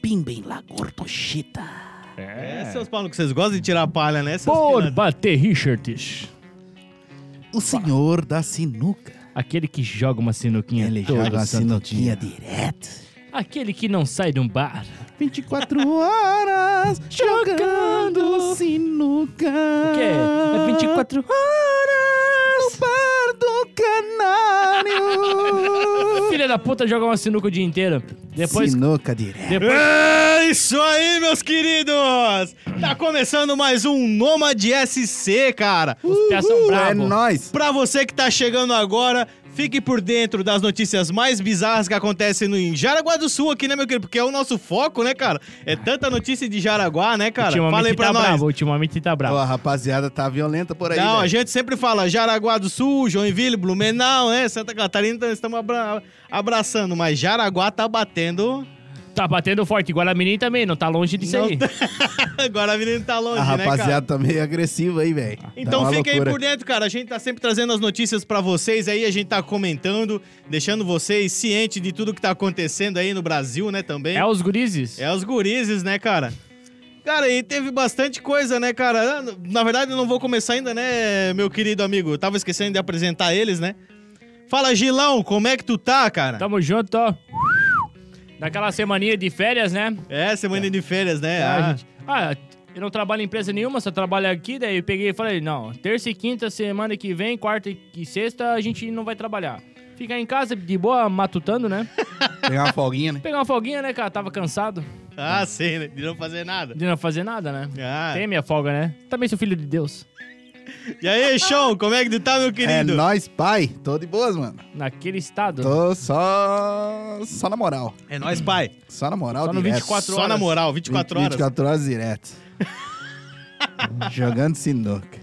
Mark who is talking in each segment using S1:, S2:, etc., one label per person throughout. S1: pimbem la gordochita.
S2: É, seus Paulo, que vocês gostam de tirar palha, né? Seus
S3: Por
S2: pilantra?
S3: bater Richards.
S1: O senhor da sinuca.
S3: Aquele que joga uma sinuquinha
S1: Ele
S3: todo
S1: joga a
S3: santo
S1: sinuquinha
S3: dia.
S1: direto.
S3: Aquele que não sai de um bar.
S1: 24 horas jogando sinuca.
S3: O quê? É 24 horas.
S1: No bar do canário.
S3: Filha da puta joga uma sinuca o dia inteiro. Depois...
S1: Sinuca direto.
S3: Depois...
S2: É isso aí, meus queridos! Tá começando mais um Nomad SC, cara.
S3: Os pés são
S1: é
S3: bravos.
S1: nóis.
S2: Pra você que tá chegando agora, fique por dentro das notícias mais bizarras que acontecem no em Jaraguá do Sul aqui, né, meu querido? Porque é o nosso foco, né, cara? É tanta notícia de Jaraguá, né, cara?
S3: Ultimamente
S2: Fala aí pra
S3: tá
S2: nós.
S3: bravo, ultimamente tá bravo.
S1: Ó, a rapaziada tá violenta por aí.
S2: Não,
S1: velho.
S2: a gente sempre fala Jaraguá do Sul, Joinville, Blumenau, né? Santa Catarina, então estamos abra- abraçando, mas Jaraguá tá batendo.
S3: Tá batendo forte. Guaramirim também, não tá longe disso
S2: Não
S3: aí.
S2: tá- Agora a menina tá longe,
S1: A
S2: né, cara?
S1: rapaziada tá meio agressiva aí, velho.
S2: Então
S1: tá uma
S2: fica aí
S1: loucura.
S2: por dentro, cara. A gente tá sempre trazendo as notícias pra vocês aí, a gente tá comentando, deixando vocês cientes de tudo que tá acontecendo aí no Brasil, né, também.
S3: É os gurizes?
S2: É os gurizes, né, cara? Cara, e teve bastante coisa, né, cara? Na verdade, eu não vou começar ainda, né, meu querido amigo? Eu tava esquecendo de apresentar eles, né? Fala, Gilão, como é que tu tá, cara?
S3: Tamo junto. Daquela semaninha de férias, né?
S2: É, semana de férias, né?
S3: Ah,
S2: Ah,
S3: gente, ah, eu não trabalho em empresa nenhuma, só trabalho aqui. Daí eu peguei e falei, não, terça e quinta, semana que vem, quarta e sexta, a gente não vai trabalhar. Ficar em casa de boa, matutando, né?
S1: Pegar uma folguinha, né?
S3: Pegar uma folguinha, né, cara? Tava cansado
S2: ah, sim, né? De não fazer nada.
S3: de não fazer nada, né?
S1: É.
S2: Ah.
S3: Tem minha folga, né? Também sou filho de Deus.
S2: E aí, Sean, como é que tu tá, meu
S1: É
S2: querido?
S1: nóis, pai. Tô de boas, mano.
S3: Naquele estado.
S1: Tô só. Só na moral.
S2: É nóis, pai.
S1: Só na moral,
S3: Só no
S1: direto.
S3: 24
S2: Só na
S3: horas.
S2: moral, 24 horas.
S1: 24 horas direto. Jogando sinuca.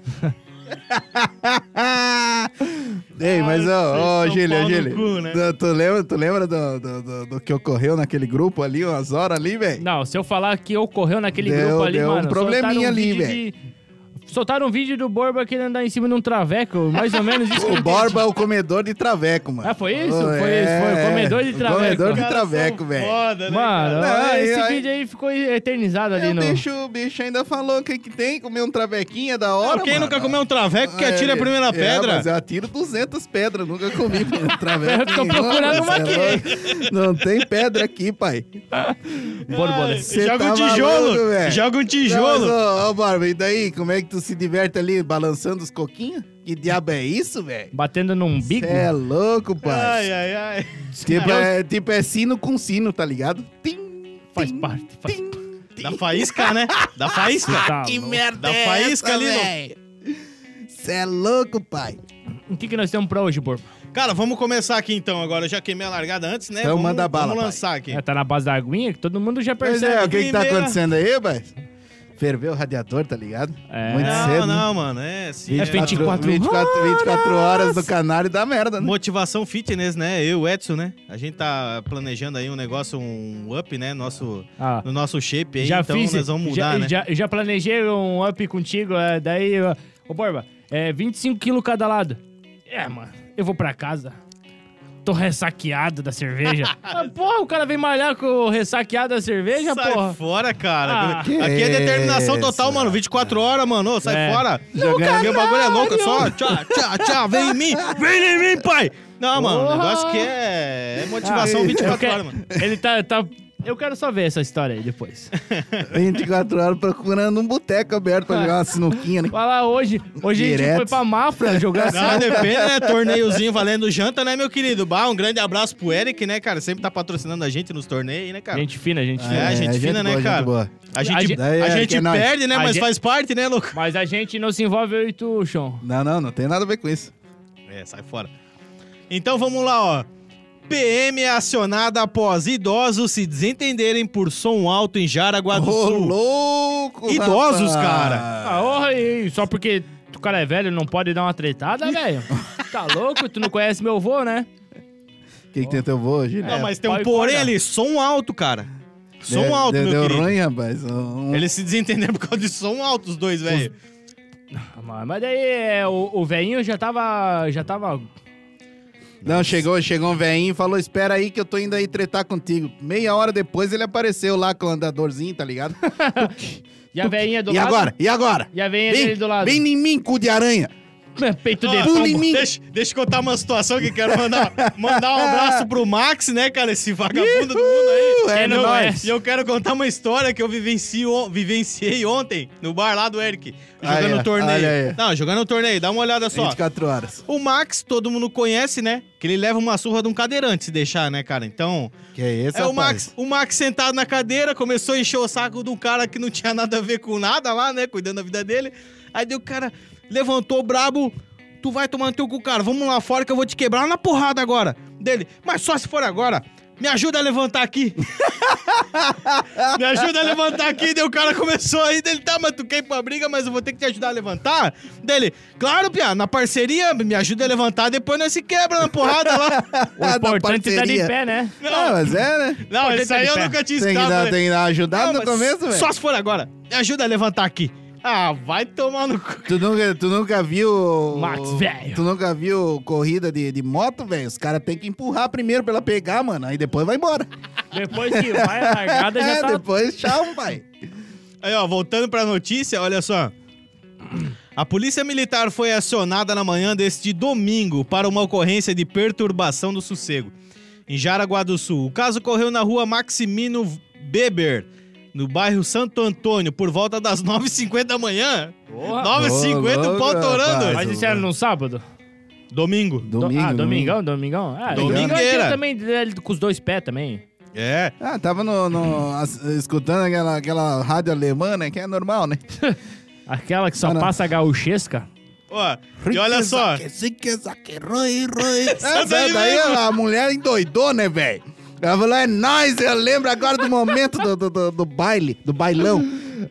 S1: Ei, mas
S2: Ah,
S1: ó, ô,
S2: vocês são
S1: Gílio,
S2: pau no
S1: Gílio,
S2: cu, né?
S1: tu- tu lembra, tu lembra do, do- do- do que ocorreu naquele grupo ali, umas horas ali, velho?
S3: Não, se eu falar que ocorreu naquele
S1: Deu-
S3: grupo ali,
S1: deu um
S3: mano.
S1: probleminha
S3: soltaram um
S1: ali,
S3: vídeo de- Soltaram um vídeo do Borba querendo andar em cima de um traveco, mais ou menos isso. que
S1: O
S3: eu-
S1: Borba é o comedor de traveco, mano. é,
S3: Ah, foi isso? Foi isso, foi o comedor de
S1: o
S3: traveco.
S1: Comedor
S3: Os
S1: de
S2: Caras
S1: traveco,
S2: são
S1: velho.
S2: Foda, né?
S3: Mano,
S2: cara?
S1: Não,
S3: esse
S1: aí-
S3: vídeo aí ficou eternizado ali
S1: Aí O
S3: no.
S1: bicho, o bicho ainda falou o que, que tem, comer um travequinho é da hora,
S2: Quem
S1: mano.
S2: nunca comeu um traveco que
S1: É,
S2: atira a primeira
S1: é,
S2: pedra?
S1: mas eu atiro 200 pedras, nunca comi um traveco.
S3: Eu tô
S1: nenhum,
S3: procurando uma
S1: você é louco. Não tem pedra aqui, pai.
S3: Borboleta.
S1: Cê
S2: Joga um
S1: tá
S2: tijolo,
S1: maluco, velho. Tá
S2: joga um
S1: Não, mas,
S2: tijolo.
S1: Ô, ô, Barba, e daí? Como é que tu se diverte ali balançando os coquinhos? Que diabo é isso, velho?
S3: Batendo no umbigo.
S1: Cê é louco, pai.
S2: Ai, ai, ai.
S1: tipo, é, tipo, é sino com sino, tá ligado? Tim,
S3: Faz
S1: tim,
S3: parte, faz
S1: tim, Ah,
S2: Da faísca, né? Da faísca.
S3: Tá
S1: Que
S3: louco.
S1: merda
S2: Da
S1: é
S2: faísca
S1: essa,
S2: ali, não.
S1: velho? Cê é louco, pai.
S3: O que, que nós temos pra hoje, Borba?
S2: Cara, vamos começar aqui então agora. Eu já queimei a largada antes, né?
S1: Então
S2: vamos,
S1: manda bala,
S2: Vamos lançar aqui.
S3: É, tá na base da aguinha que todo mundo já
S1: Pois é, o
S3: percebe.
S1: que, que tá
S2: Primeira-
S1: acontecendo aí, pai? Ferveu o radiador, tá ligado?
S3: É.
S1: Muito
S2: não,
S1: cedo. né?
S2: não, mano. É, sim,
S3: É
S2: é,
S1: 24,
S3: 24
S1: 24, 24 horas do canário dá merda, né?
S2: Motivação fitness, né? Eu, Edson, né? A gente tá planejando aí um negócio, um up, né? Nosso,
S3: Ah,
S2: no nosso shape aí.
S3: já
S2: então
S3: fiz.
S2: nós vamos mudar,
S3: já,
S2: né?
S3: já, já planejei um up contigo, é, daí. ó, Ô, Borba, é 25 quilos cada lado. É, mano, eu vou pra casa. Tô ressaqueado da cerveja. ah, porra, o cara vem malhar com ressaqueado da cerveja,
S2: sai
S3: porra.
S2: fora, cara.
S3: Ah.
S2: aqui é determinação
S1: isso,
S2: total, mano. 24 horas, mano. Ô, sai
S3: É.
S2: fora. Meu bagulho é louco. é Só tchau, tchau, tchau. Vem em mim. Vem em mim, pai. Não, mano. O
S3: Porra.
S2: negócio que é, é motivação
S1: Ah, eu
S2: 24
S3: Eu quero-
S2: horas, mano.
S3: Ele tá, tá. Eu quero só ver essa história aí depois.
S1: 24 horas procurando um boteco aberto pra jogar uma sinuquinha, né?
S3: Vai lá hoje. Hoje a gente
S1: Direto.
S3: foi pra Mafra jogar
S2: Não,
S3: assim.
S2: depende, né? Torneiozinho valendo janta, né, meu querido? Bah, um grande abraço pro Eric, né, cara? Sempre tá patrocinando a gente nos torneios, né, cara?
S3: Gente fina, gente
S2: É,
S3: fina.
S2: gente fina, né, cara?
S1: boa.
S2: a
S3: a
S2: gente,
S3: gente-
S2: a gente
S1: É nóis.
S2: perde, né?
S3: A
S2: Mas
S3: gente-
S2: faz parte, né, louco?
S3: Mas a gente não se envolve eu e tu, Sean.
S1: Não, não, não tem nada a ver com isso.
S2: É, sai fora. Então vamos lá, ó. PM é acionada após idosos se desentenderem por som alto em Jaraguá do
S1: Ô,
S2: Sul.
S1: louco,
S2: Idosos,
S1: rapaz.
S2: cara.
S3: Ah, orra, e só porque o cara é velho, não pode dar uma tretada, velho. tá louco? Tu não conhece meu vô, né?
S1: O que, que tem teu voo hoje?
S2: Não,
S3: É,
S2: mas tem um
S3: pode
S2: porém
S3: parar.
S2: ali, som alto, cara. Som
S1: Deu-
S2: alto,
S1: deu,
S2: meu
S1: deu
S2: querido.
S1: ruim, rapaz. Um-
S2: Eles se desentenderam por causa de som alto, os dois, velho.
S3: Ah, Mas daí é, o, o velhinho já tava. Já tava.
S1: Não, chegou, chegou um velhinho e falou: Espera aí que eu tô indo aí tretar contigo. Meia hora depois ele apareceu lá com o andadorzinho, tá ligado?
S3: E a veinha do
S1: e
S3: lado?
S1: agora? E agora?
S3: E a veinha
S1: Vem-
S3: dele do lado?
S1: Vem em mim, cu de aranha!
S3: Peito de
S2: Ó,
S1: Pula em
S3: pombo.
S1: mim.
S2: Deixa, deixa eu contar uma situação que quero mandar, mandar um abraço pro Max, né, cara? Esse vagabundo do mundo aí.
S1: Uh, é
S3: É
S1: nóis.
S3: nóis.
S2: E eu quero contar uma história que eu vivencio- vivenciei ontem no bar lá do Eric,
S1: Aí,
S2: jogando um
S1: ó,
S2: torneio.
S1: olha aí.
S2: Não, jogando um torneio, dá uma olhada só.
S1: 24 horas.
S2: O Max, todo mundo conhece, né? Que ele leva uma surra de um cadeirante se deixar, né, cara? Então.
S1: Que é esse,
S2: é o
S1: rapaz?
S2: Max, o Max sentado na cadeira, começou a encher o saco de um cara que não tinha nada a ver com nada lá, né? Cuidando da vida dele. Aí daí o cara levantou brabo. Tu vai tomar no teu cu, cara. Vamos lá fora que eu vou te quebrar na porrada agora. Dele. Mas só se for agora. Me ajuda a levantar aqui. Me ajuda a levantar aqui. Daí o cara começou aí. Dele, tá, mas tu quer ir pra briga, mas eu vou ter que te ajudar a levantar? Dele, claro, Pia, na parceria, me ajuda a levantar, depois nós se quebra na porrada lá.
S3: O
S1: Ah, da
S3: importante é tá de
S1: parceria.
S3: pé, né?
S1: Ah, mas é, né?
S2: Não,
S3: Pode
S2: isso
S3: tá de
S2: aí eu
S3: pé.
S2: nunca tinha
S1: Tem que,
S2: escutado.
S1: dar,
S2: né?
S1: tem que dar uma ajudada
S2: Não,
S1: no
S2: mas
S1: começo, velho.
S2: Só se for agora. Me ajuda a levantar aqui. Ah, vai tomar no cu.
S1: Tu nunca, tu nunca viu.
S3: Max, velho.
S1: Tu nunca viu corrida de, de moto, velho? Os caras têm que empurrar primeiro pra ela pegar, mano. Aí depois vai embora.
S3: Depois que vai a largada, já
S1: é,
S3: tá...
S1: depois tchau, pai.
S2: Aí, ó, voltando pra notícia, olha só. A polícia militar foi acionada na manhã deste domingo para uma ocorrência de perturbação do sossego em Jaraguá do Sul. O caso ocorreu na rua Maximino Beber, no bairro Santo Antônio, por volta das 9h50 da manhã.
S3: Porra.
S2: 9h50, o pau
S1: louco,
S2: torando.
S1: rapaz.
S3: Mas isso era num sábado?
S2: Domingo.
S1: Domingo.
S3: ah,
S1: né?
S3: domingão, domingão. Ah,
S2: Domingueira.
S3: domingão tinha também ele com os dois pés também.
S2: É.
S1: Ah, tava no, no- as- escutando aquela, aquela rádio alemã, né? Que é normal, né?
S3: Aquela que só
S1: Ah, Não, não.
S3: passa gauchesca.
S2: Ó, e olha só.
S1: Essa
S2: daí
S1: daí, daí
S2: mesmo.
S1: a mulher endoidou, né, velho? Ela falou, é nóis, eu lembro agora do momento do, do, do- do baile, do bailão.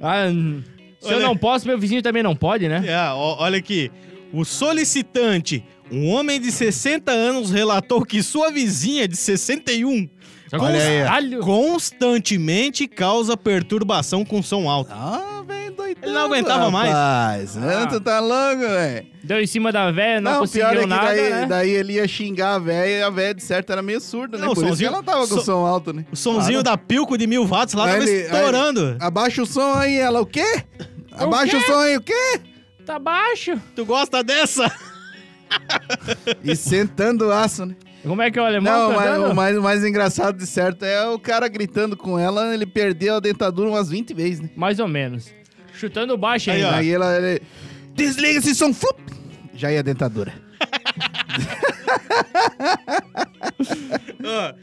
S3: Ah, hum, se eu
S2: Olha-
S3: não posso, meu vizinho também não pode, né?
S2: É, ó- olha aqui. O solicitante, um homem de 60 anos, relatou que sua vizinha de 61
S3: Só
S1: Olha
S3: os
S1: aí, ó.
S3: talhos.
S2: constantemente causa perturbação com som alto.
S1: Ah, velho, doidão.
S2: Ele não aguentava mais.
S1: mais.
S3: Ah.
S1: tu tá louco, velho.
S3: Deu em cima da véia, não,
S1: Não,
S3: conseguiu
S1: pior é que
S3: nada,
S1: daí,
S3: né?
S1: daí ele ia xingar a velha e a velha, de certo, era meio surda, né?
S2: Não, o
S1: Por isso que
S2: sonzinho-
S1: ela tava com o
S2: so-
S1: som alto, né?
S2: O sonzinho
S1: Ah,
S2: da Pilco de mil watts lá
S1: Aí
S2: tava
S1: ele- aí-
S2: estourando.
S1: Abaixa o som aí, ela, o quê? Abaixa o, som aí, o quê?
S3: Tá baixo.
S2: Tu gosta dessa?
S1: E sentando o aço, né?
S3: Como é que é o alemão
S1: Não, mas
S3: cantando?
S1: o mais, o mais engraçado de certo é o cara gritando com ela, ele perdeu a dentadura umas 20 vezes, né?
S3: Mais ou menos. Chutando baixo
S2: Aí,
S3: ainda.
S2: ó.
S1: Aí ela. ele, Desliga esse som, flup! Já ia a dentadura.
S2: Ó,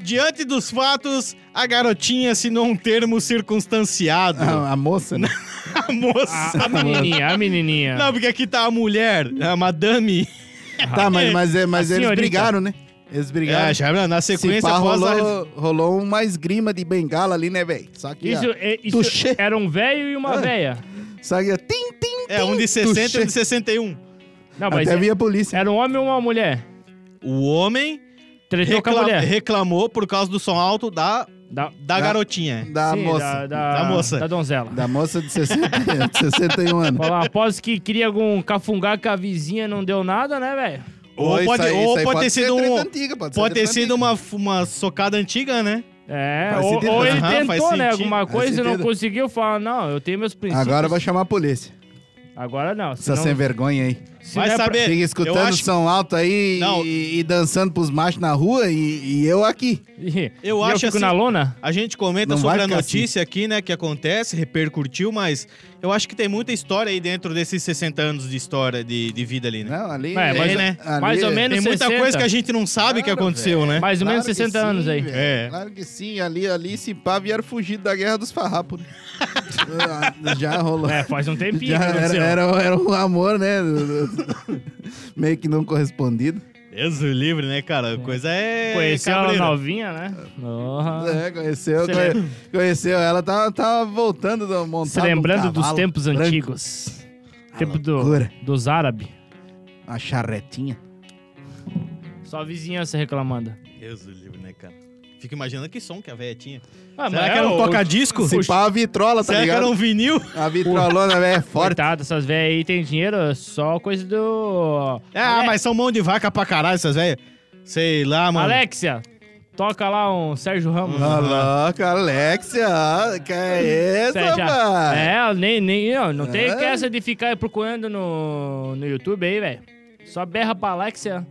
S2: Diante dos fatos, a garotinha assinou um termo circunstanciado.
S1: A, a moça, né?
S2: A moça.
S1: Ah,
S3: A, a menininha, a
S1: é.
S3: menininha.
S2: Não, porque aqui tá a mulher, a madame.
S1: tá, mas, mas, é- mas
S3: A
S1: eles
S3: senhorita.
S1: brigaram, né? Eles brigaram.
S2: É, já, na
S1: Se
S2: sequência,
S1: pá,
S2: após a-
S1: rolou, rolou uma esgrima de bengala ali, né, velho? Só que.
S3: Isso,
S1: ó,
S3: é- isso
S1: Tuxê. Ah.
S3: era um velho e uma véia.
S1: Só que. ó, Tim, tim,
S2: É, um de 60 e um de 61.
S3: Não, mas
S1: Até
S3: é-
S1: via a polícia.
S3: era um homem ou uma mulher?
S2: O homem
S3: Tretou com a
S2: recla-
S3: mulher.
S2: reclamou por causa do som alto da,
S3: Da,
S2: da
S1: Da-
S2: garotinha.
S1: Da
S3: sim,
S1: moça.
S3: Da,
S2: É. Da moça.
S3: Da donzela.
S1: Da moça de, um, 60, de 61 anos.
S3: Falar, após que queria algum cafungá com a vizinha, não deu nada, né, velho?
S2: Ou
S1: isso
S2: pode,
S1: aí-
S2: ou
S1: isso aí
S2: pode, ter
S1: ser
S2: sido, um-
S1: treta antiga, pode,
S2: pode ter
S1: treta
S2: sido
S1: antiga.
S2: uma, f- uma socada antiga, né?
S3: É,
S1: Faz
S3: ou,
S1: sentido.
S3: ou ele
S2: Aham, faz
S3: tentou, né,
S2: sentido.
S3: alguma
S1: Faz
S3: coisa e não
S1: sentido.
S3: conseguiu. Fala, não, eu tenho meus princípios.
S1: Agora eu vou chamar a polícia.
S3: Agora não.
S1: Essa
S3: senão-
S1: sem vergonha aí.
S3: se
S2: Vai
S3: não é pra-
S2: saber.
S1: Fica
S2: eu
S1: escutando
S2: acho-
S1: som alto aí
S2: Não.
S1: e, e dançando pros machos na rua e, e eu aqui.
S3: Ih,
S2: Eu
S3: e
S2: acho
S3: eu fico
S2: assim-
S3: na lona?
S2: A gente comenta
S1: Não
S2: sobre
S1: vai
S2: a
S1: ficar assim.
S2: notícia aqui, né, que acontece, repercutiu, mas eu acho que tem muita história aí dentro desses 60 anos de história, de, de vida ali, né?
S1: Não, ali.
S3: É, mas-
S2: Tem, né?
S1: ali-
S3: mais ou
S2: Tem
S3: menos
S2: muita
S3: 60.
S2: coisa que a gente não sabe que
S1: Claro,
S2: aconteceu, né?
S3: Mais ou menos
S1: Claro que
S3: 60 anos
S1: sim,
S3: aí.
S1: velho.
S2: É.
S1: Claro que sim, ali, ali, se pá, vieram fugir da guerra dos farrapos. né? Ah, Já rolou.
S3: É, faz um tempinho.
S1: Já
S3: que
S1: era,
S3: aconteceu.
S1: era, era um amor, né? Meio que não correspondido.
S2: Deus o livre, né, cara? A coisa é.
S3: Conheceu a
S2: cabreira.
S3: novinha, né? Porra.
S1: É, conheceu,
S3: Você
S1: conhe-
S3: lembra?
S1: conheceu. Ela tava, tava voltando do montado.
S3: Se
S1: num
S3: lembrando dos
S1: cavalo
S3: tempos
S1: branco, Ah,
S3: antigos. Tempo do,
S1: loucura.
S3: dos árabes.
S1: A charretinha.
S3: Só a vizinhança reclamando.
S2: Deus o livre, né, cara? Fico imaginando que som que a véia tinha.
S3: Ah,
S2: Será que era um toca-disco?
S1: Se pá, a vitrola, tá
S2: Será que
S1: ligado?
S2: era um vinil?
S1: A vitrolona, velho, é forte.
S3: Coitado, essas velhas aí tem dinheiro, é só coisa do.
S2: Ah, mas são mão de vaca pra caralho essas velhas. Sei lá, mano.
S3: Alexia, toca lá um Sérgio Ramos.
S1: Olha Ah, lá, cara, Alexia. Que é isso,
S3: Sérgio,
S1: rapaz?
S3: é, nem, nem, ó, não tem
S1: É.
S3: que essa de ficar procurando no, no YouTube aí, velho. Só berra pra Alexia.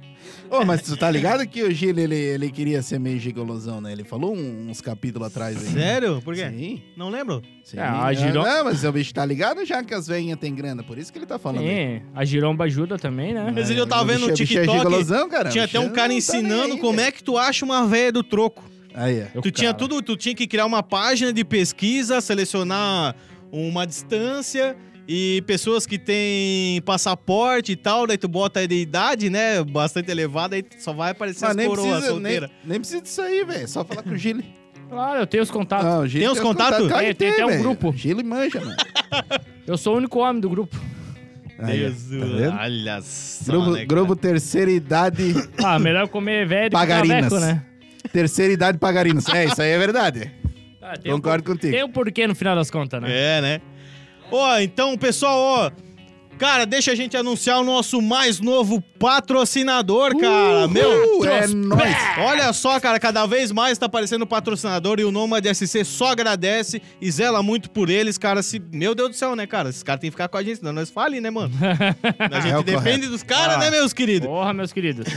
S2: É.
S1: Ô, mas tu tá ligado que o Gil, ele, ele queria ser meio gigolosão, né? Ele falou um- uns capítulos atrás aí.
S2: Sério? Por quê? É,
S1: Sim,
S2: Não lembro?
S1: sim.
S3: Ah, a giro-
S1: Não, mas o bicho tá ligado já que as veinhas tem grana, por isso que ele tá falando. aí.
S3: Sim, a giromba ajuda também, né?
S2: Mas ele eu tava
S1: O
S2: vendo no
S1: bicho é- bicho é
S2: TikTok,
S1: gigolosão, cara.
S2: Tinha
S1: O bicho
S2: até um cara
S1: não tá
S2: ensinando
S1: nem aí,
S2: como
S1: velho.
S2: é que tu acha uma véia do troco.
S1: Aí, é.
S3: Eu,
S2: tu tinha
S3: cara.
S2: tudo, tu tinha que criar uma página de pesquisa, selecionar uma distância e pessoas que têm passaporte e tal, daí tu bota aí de idade, né, bastante elevada, aí só vai aparecer
S1: Mas
S2: as
S1: nem
S2: coroas
S1: precisa, nem,
S2: solteiras.
S1: nem precisa disso aí, velho. É Só falar com o Gil.
S3: Claro, eu tenho os contatos.
S1: Ah, o Gil
S2: Tem os contatos?
S1: Claro
S3: Tem-
S1: que
S3: tem até um
S1: velho.
S3: grupo.
S1: O Gil manja, mano.
S3: Eu sou o único homem do grupo.
S1: Aí, ó.
S2: Jesus,
S1: Tá vendo?
S2: olha só,
S1: Grupo,
S2: né, cara?
S1: grupo terceira idade.
S3: Ah, melhor comer velho do que
S1: Pagarinas.
S3: caveco, né?
S1: terceira idade pagarinos. É, isso aí é verdade.
S3: Ah, tem um
S1: Concordo contigo.
S3: Tem um porquê no final das contas, né?
S2: É, né? Ó, então, pessoal, ó. Cara, deixa a gente anunciar o nosso mais novo patrocinador, cara. Meu,
S1: Uh, é
S2: troço.
S1: nóis.
S2: Olha só, cara, cada vez mais tá aparecendo patrocinador e o Nomad SC só agradece e zela muito por eles, cara. Se... Meu Deus do céu, né, cara? Esses caras têm que ficar com a gente, senão nós falem, né, mano? A gente
S1: É o
S2: depende
S1: correto.
S2: dos caras,
S3: Ah.
S2: né, meus queridos?
S3: Porra, meus queridos.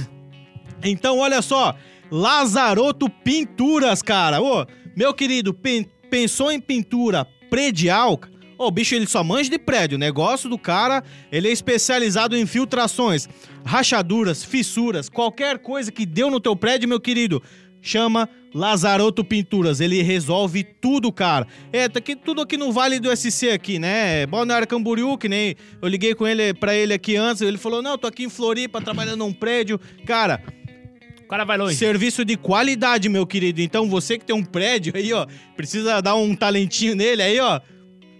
S2: Então, olha só. Lazaroto Pinturas, cara. Ô, meu querido, pen- pensou em pintura predial? Ô, o bicho, ele só manja de prédio. O negócio do cara, ele é especializado em filtrações, rachaduras, fissuras, qualquer coisa que deu no teu prédio, meu querido. Chama Lazaroto Pinturas, ele resolve tudo, cara. É, tá aqui, tudo aqui no Vale do SC aqui, né? Balneário Camboriú, que nem eu liguei com ele para ele aqui antes, ele falou: "Não, tô aqui em Floripa trabalhando num prédio". Cara,
S3: O cara vai longe.
S2: Serviço de qualidade, meu querido. Então você que tem um prédio aí, ó, precisa dar um talentinho nele aí, ó.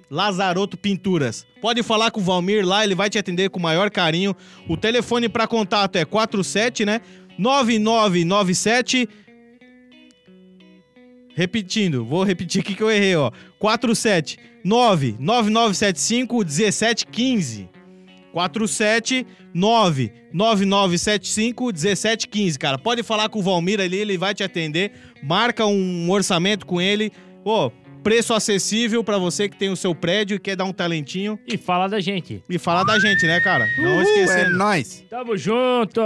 S2: Lazaroto Pinturas. Pode falar com o Valmir lá, ele vai te atender com o maior carinho. O telefone para contato é 47, né? 9997 Repetindo, vou repetir aqui que eu errei, ó. 479 9975 1715. 479-9975-1715, cara. Pode falar com o Valmir ali, ele vai te atender. Marca um orçamento com ele. Ô, preço acessível pra você que tem o seu prédio e quer dar um talentinho.
S3: E fala da gente.
S2: E falar da gente, né, cara? Não
S1: Uhul, É
S2: esquecendo.
S1: nóis.
S3: Tamo junto!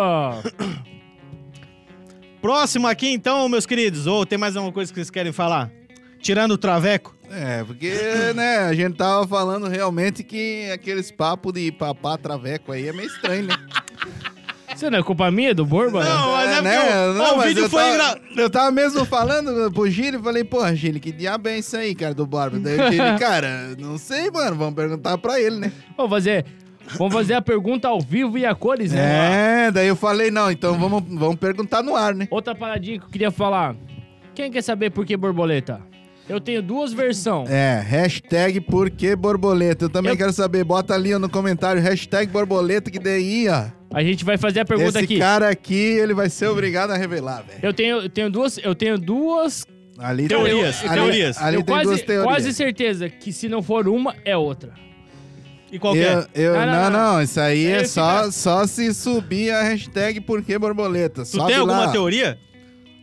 S2: Próximo aqui, então, meus queridos. Ou tem mais alguma coisa que vocês querem falar? Tirando o traveco?
S1: É, porque, né, a gente tava falando realmente que aqueles papos de papá traveco aí é meio estranho, né?
S3: Você não é culpa minha do Borba?
S2: Não, mas é
S1: né?
S2: porque o- ó, o
S1: mas
S2: vídeo
S1: eu
S2: foi
S1: tava,
S2: engra-
S1: Eu tava mesmo falando pro Gil e falei, porra, Gil, que diabo é isso aí, cara, do Borba? Daí o Gil, cara, não sei, mano, vamos perguntar pra ele, né?
S3: Vamos fazer, vamos fazer a pergunta ao vivo e a cores, né?
S1: É, daí eu falei, não, então vamos, vamos perguntar no ar, né?
S3: Outra paradinha que eu queria falar. Quem quer saber por que borboleta? Eu tenho duas versões.
S1: É, hashtag porque borboleta. Eu também
S3: Eu-
S1: quero saber, bota ali ó, no comentário, hashtag borboleta, que daí, ó.
S3: A gente vai fazer a pergunta
S1: Esse
S3: aqui.
S1: cara aqui, ele vai ser obrigado a revelar, velho.
S3: Eu tenho, eu tenho duas, eu tenho duas,
S1: Ali
S2: Teorias,
S1: tem, ali-
S2: teorias.
S1: Ali,
S3: eu
S1: tem
S3: quase,
S1: duas teorias.
S3: quase certeza que se não for uma é outra.
S2: E qualquer.
S1: Eu- eu-
S3: é. Não,
S1: não,
S3: não,
S1: não,
S3: não.
S1: isso aí é
S3: Esse
S1: só,
S3: cara-
S1: só se subir a hashtag porque borboleta.
S2: Tu
S1: Sobe
S2: tem alguma
S1: lá.
S2: teoria?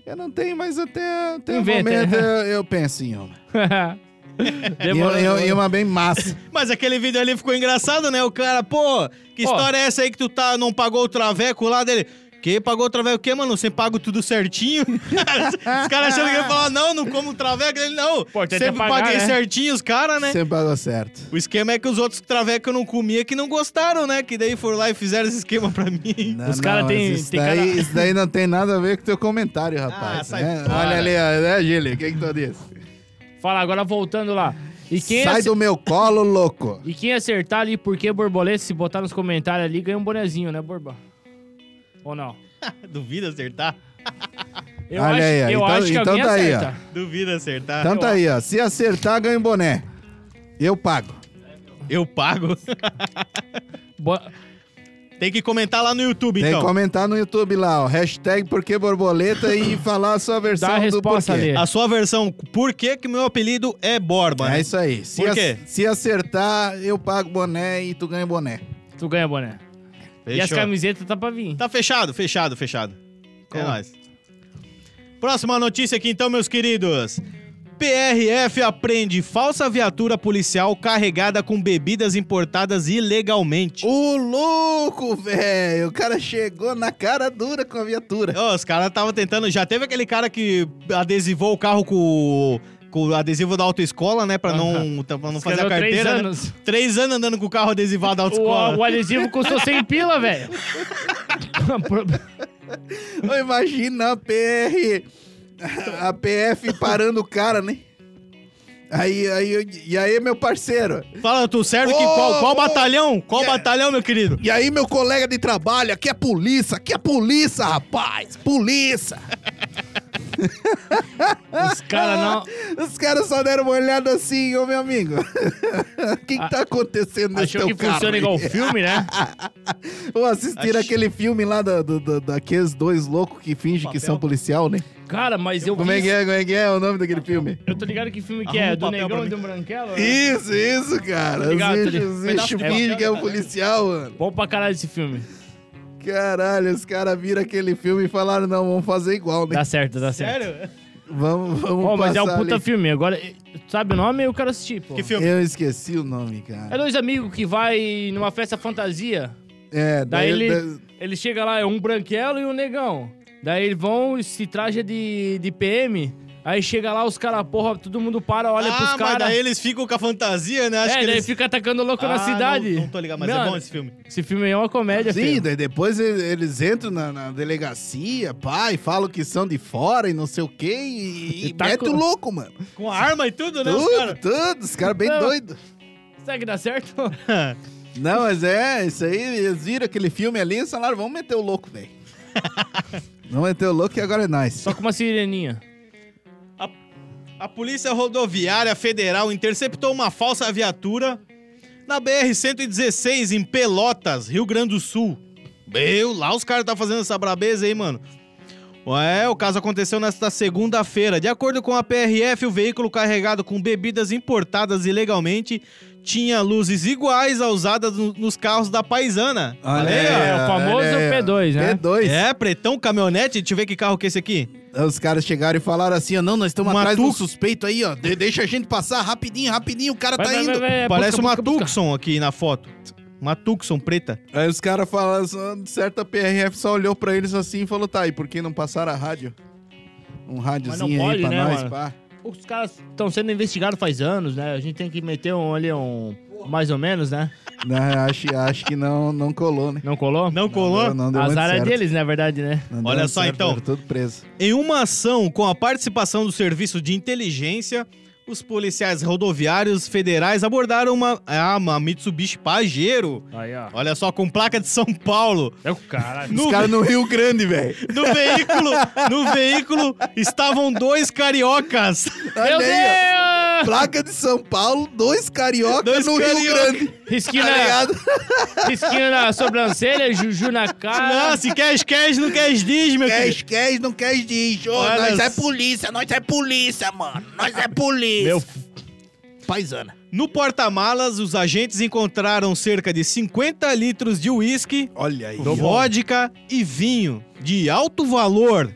S1: Eu não tenho, mas até, até o
S3: Inventa. né?
S1: momento eu, eu penso em uma. E,
S3: Demorou,
S1: eu- e
S3: demorou.
S1: uma bem massa.
S2: Mas aquele vídeo ali ficou engraçado, né? O cara, pô, que
S3: Ó.
S2: história é essa aí que tu tá, não pagou o traveco lá dele? Que pagou o traveco o quê, mano? Você paga tudo certinho? os caras achando que ele falar, não, não como traveco. Ele, não,
S3: Importante é
S2: sempre
S3: pagar,
S2: paguei
S3: né?
S2: certinho os caras, né?
S1: Sempre pagou certo.
S2: O esquema é que os outros traveco que eu não comia que não gostaram, né? Que daí foram lá e fizeram esse esquema pra mim.
S1: Não,
S3: Os cara
S1: não,
S3: tem-
S1: mas Isso,
S3: tem
S1: daí,
S3: cara-
S1: isso daí não tem nada a ver com teu comentário, rapaz.
S2: sai
S1: né?
S2: fora.
S1: Olha ali, ó, né, Gili? O que, que tu disse?
S3: Fala agora voltando lá. E quem
S1: Sai
S3: ace-
S1: do meu colo, louco.
S3: E quem acertar ali por que borboleta, se botar nos comentários ali, ganha um bonezinho, né, Borba? Ou não?
S2: Duvida acertar.
S3: Eu
S1: Olha
S3: acho,
S1: aí, ó.
S3: eu
S1: Então-
S3: acho que
S1: então
S3: alguém
S1: tá aí, ó.
S3: acerta.
S2: Duvida acertar.
S1: Então tá aí, ó. Se acertar, ganha um boné. Eu pago.
S2: Eu pago.
S3: Bo-
S2: Tem que comentar lá no YouTube,
S1: Tem
S2: então.
S1: que comentar no YouTube lá, ó. Hashtag porque borboleta e falar a sua versão
S3: Dá a
S1: do
S3: resposta
S1: porquê.
S3: ali.
S2: A sua versão, por que que meu apelido é Borba? né?
S1: É isso aí. Se,
S2: Por
S1: ac-
S2: quê?
S1: se acertar, eu pago boné e tu ganha boné.
S3: Tu ganha boné. E as
S2: Fechou.
S3: camisetas tá pra vir.
S2: Tá fechado, fechado, fechado. É nóis. Próxima notícia aqui então, meus queridos. PRF aprende falsa viatura policial carregada com bebidas importadas ilegalmente.
S1: Ô, louco, velho! É, O cara chegou na cara dura com a viatura.
S2: Ô, os caras estavam tentando. Já teve aquele cara que adesivou o carro com, o- com o adesivo da autoescola, né? Pra não, pra não fazer a
S3: Esperou três
S2: carteira. né?
S3: anos.
S2: Três anos andando com o carro adesivado da autoescola.
S3: O, o adesivo custou 100 pila, velho.
S1: Eu imagino a PR. A PF parando o cara, né? Aí, aí, eu- e aí, meu parceiro?
S2: Fala, tu serve que
S1: Ô,
S2: qual, qual
S1: ô,
S2: batalhão? Qual
S1: yeah.
S2: batalhão, meu querido?
S1: E aí, meu colega de trabalho? Aqui é polícia, aqui é polícia, rapaz! Polícia!
S3: Os caras não.
S1: Os caras só deram uma olhada assim, ô meu amigo. O que, que tá acontecendo nesse
S3: Ah,
S1: teu
S3: Achou que
S1: carro
S3: funciona
S1: aí?
S3: igual filme, né?
S1: Ou assistir
S3: Ach-
S1: aquele filme lá da, do- do- daqueles dois loucos que fingem que
S2: Papel.
S1: são policial, né?
S3: Cara, mas eu
S1: Como é
S3: vi.
S1: que é, como é que é o nome daquele filme?
S3: Eu tô ligado que filme que
S2: Arruma
S3: é?
S2: um papel
S3: Do
S2: pra
S3: Negão e
S2: mim.
S3: do Branquelo? né?
S1: Isso, isso, cara.
S3: Obrigado,
S1: os
S3: Tony.
S1: bichos, os bichos
S2: Pedaço de
S1: fingem
S2: papel,
S1: que é o
S2: né?
S1: policial, mano.
S3: Bom pra caralho esse filme.
S1: Caralho, os caras viram aquele filme e falaram, não, vamos fazer igual, né?
S3: Dá certo, dá certo.
S2: Sério?
S1: Vamos, vamos
S3: Ó,
S1: passar
S3: mas é um puta
S1: ali.
S3: filme. Agora, eh, sabe o nome? Eu quero assistir, pô.
S2: Que filme?
S1: Eu esqueci o nome,
S3: É
S1: cara.
S3: dois amigos que vai numa festa fantasia.
S1: É, daí...
S3: Daí ele,
S1: daí-
S3: ele chega lá, é um branquelo e um negão. Daí eles vão e se traja de, de PM. Aí chega lá, os caras, porra, todo mundo para, olha
S2: ah,
S3: pros
S2: mas
S3: caras.
S2: daí
S3: É,
S2: eles ficam com a fantasia, né? Acho
S3: daí
S2: que eles...
S3: fica atacando louco
S2: Ah,
S3: na cidade.
S2: Não, não tô ligado, mas é
S3: Mano,
S2: bom esse filme.
S3: Esse filme aí é uma comédia,
S1: Sim,
S3: filho.
S1: daí depois e- eles entram na, na delegacia, pá, e falam que são de fora e não sei o quê, e,
S3: E
S1: e
S3: tá
S1: mete
S3: com-
S1: o louco, mano.
S2: Com arma e tudo, né, os
S1: Tudo,
S2: caras?
S1: tudo, os caras bem
S3: Não.
S1: doidos.
S3: Será que dá certo?
S1: Não, mas é, isso aí, eles viram aquele filme ali e falaram, vamos meter o louco, velho. vamos meter o louco e agora é nós.
S3: Só com uma sireninha.
S2: A, a Polícia Rodoviária Federal interceptou uma falsa viatura na BR-116, em Pelotas, Rio Grande do Sul. Meu, lá os caras tá fazendo essa brabeza aí, mano. É, o caso aconteceu nesta segunda-feira. De acordo com a PRF, o veículo carregado com bebidas importadas ilegalmente tinha luzes iguais a usadas no- nos carros da paisana.
S1: Olha aí,
S3: É,
S1: ó,
S3: o famoso
S1: olha aí, ó.
S3: P2, né?
S1: P2.
S2: É, pretão, caminhonete. Deixa eu ver que carro que é esse aqui.
S1: Os caras chegaram e falaram assim, ó, não, nós
S3: Um
S1: estamos
S2: Uma
S1: atrás do
S2: Tucson.
S1: suspeito aí, ó. de- deixa a gente passar rapidinho, rapidinho, o cara
S3: Vai,
S1: tá
S3: vai,
S1: indo.
S3: vai, vai,
S2: Parece
S3: É, busca,
S2: uma
S3: busca, busca.
S2: Tucson aqui na foto. Uma Tucson preta.
S1: Aí os caras falaram, assim, "Ah, só- certa PRF só olhou pra eles assim e falou, tá, e por que não passaram a rádio? Um rádiozinho aí
S3: pode,
S1: pra
S3: né,
S1: nós,
S3: mano?
S1: pá.
S3: Os caras estão sendo investigados faz anos, né? A gente tem que meter um ali, um. Mais ou menos, né?
S1: Não, acho, acho que não, não colou, né?
S3: Não colou?
S2: Não colou?
S1: Não, não deu muito
S3: Azar é
S1: certo.
S3: deles, na verdade, né?
S1: Não deu
S2: Olha
S1: muito
S2: só,
S1: certo,
S2: então.
S1: era Tudo preso.
S2: Em uma ação com a participação do Serviço de Inteligência, os policiais rodoviários federais abordaram uma, ah, uma Mitsubishi Pajero.
S3: Aí, ó.
S2: Olha só, com placa de São Paulo.
S3: É o caralho.
S2: No,
S1: Os caras no Rio Grande, velho.
S2: no veículo, no veículo estavam dois cariocas.
S3: Meu
S1: Olha aí, ó.
S3: Deus!
S1: Placa de São Paulo, dois cariocas
S2: Dois
S1: no Rio
S2: carioca.
S1: Grande. Tá
S3: Esquina,
S1: ligado?
S3: esquina na sobrancelha, Juju na
S2: Não, assim,
S3: cara.
S2: se queres, queres, não queres, diz, meu querido.
S1: Queres, queres, não queres, diz. Ô,
S2: Olha
S1: nós é
S2: só.
S1: polícia, nós é polícia, mano. Nós é polícia.
S3: Meu,
S1: Paisana.
S2: No porta-malas, os agentes encontraram cerca de 50 litros de uísque,
S1: Olha aí.
S3: Do- Tô bom.
S2: vodka e vinho de alto valor.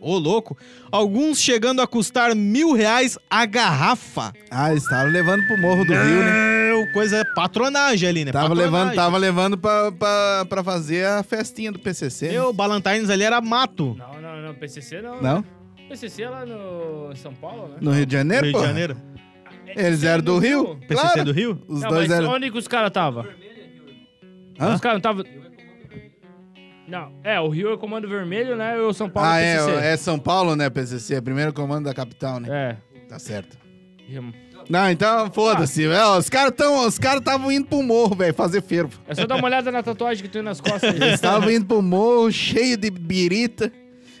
S2: Ô, louco. Alguns chegando a custar mil reais a garrafa.
S1: Ah, eles estavam levando pro Morro do Rio, né?
S2: Não, Coisa patronagem ali, né?
S1: Tava
S2: Patronagem.
S1: levando, tava levando pra, pra, pra fazer a festinha do PCC. né?
S2: Meu, o Ballantines ali era mato.
S3: não, não, não. PCC não.
S1: Não?
S3: PCC é lá no em São Paulo, né?
S1: No Rio de Janeiro,
S2: Rio
S1: pô?
S2: de Janeiro.
S1: Eles eram do
S3: No
S1: Rio?
S3: Rio?
S2: PCC
S1: claro.
S2: do Rio?
S1: Os
S3: não,
S1: dois
S3: mas
S1: eram...
S3: onde que os caras estavam?
S1: Hã?
S3: Os caras não estavam... Não, é, o Rio é o Comando Vermelho, né? E o São Paulo
S1: Ah,
S3: é o PCC.
S1: é, é São Paulo, né, PCC? É primeiro comando da capital, né?
S3: É. Ah.
S1: Tá certo.
S3: é.
S1: Não, então foda-se. É, Os caras tão, os caras estavam indo pro morro, velho, fazer fervo.
S3: É só dar uma olhada na tatuagem que tem nas costas.
S1: Eles estavam indo pro morro cheio de birita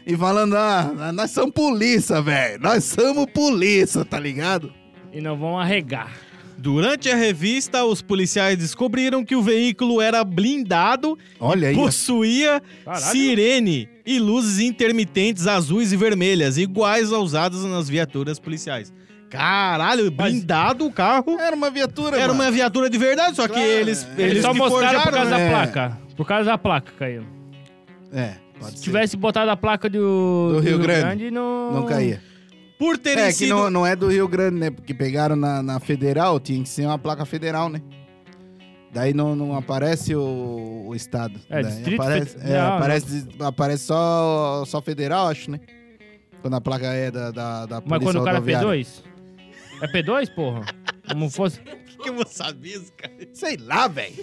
S1: e falando: "Ah, nós somos polícia, velho. Nós somos polícia, tá ligado?"
S3: e não vão arregar.
S2: Durante a revista, os policiais descobriram que o veículo era blindado,
S1: Olha aí. ó.
S2: possuía
S3: Caralho.
S2: sirene e luzes intermitentes azuis e vermelhas, iguais aos usados nas viaturas policiais. Caralho,
S3: Mas- É,
S2: blindado o carro.
S1: Era uma viatura,
S2: Era uma
S1: mano.
S2: viatura de verdade, só que
S1: Claro,
S2: eles,
S1: é.
S2: eles
S3: Eles só
S2: que né?
S3: mostraram por
S2: forjaram, né?
S3: causa
S1: né?
S3: da placa. Por causa da placa, caiu.
S1: É. Pode
S3: Se
S1: ser.
S3: tivesse botado a placa do,
S1: Do Rio Grande.
S3: não...
S1: Não caía.
S2: Por terem
S1: É, que
S2: sido.
S1: não, não é do Rio Grande, né? Porque pegaram na, na federal, tinha que ser uma placa federal, né? Daí não, não aparece o, o estado.
S3: É,
S1: Daí
S3: Distrito
S1: aparece, é,
S3: Federal,
S1: aparece, aparece só, só federal, acho, né? Quando a placa é da, da, da
S3: Mas
S1: polícia
S3: quando o cara é
S1: rodoviária.
S3: P2? É P2, porra? Como fosse...
S2: Que eu vou saber, isso, cara?
S1: Sei lá, velho.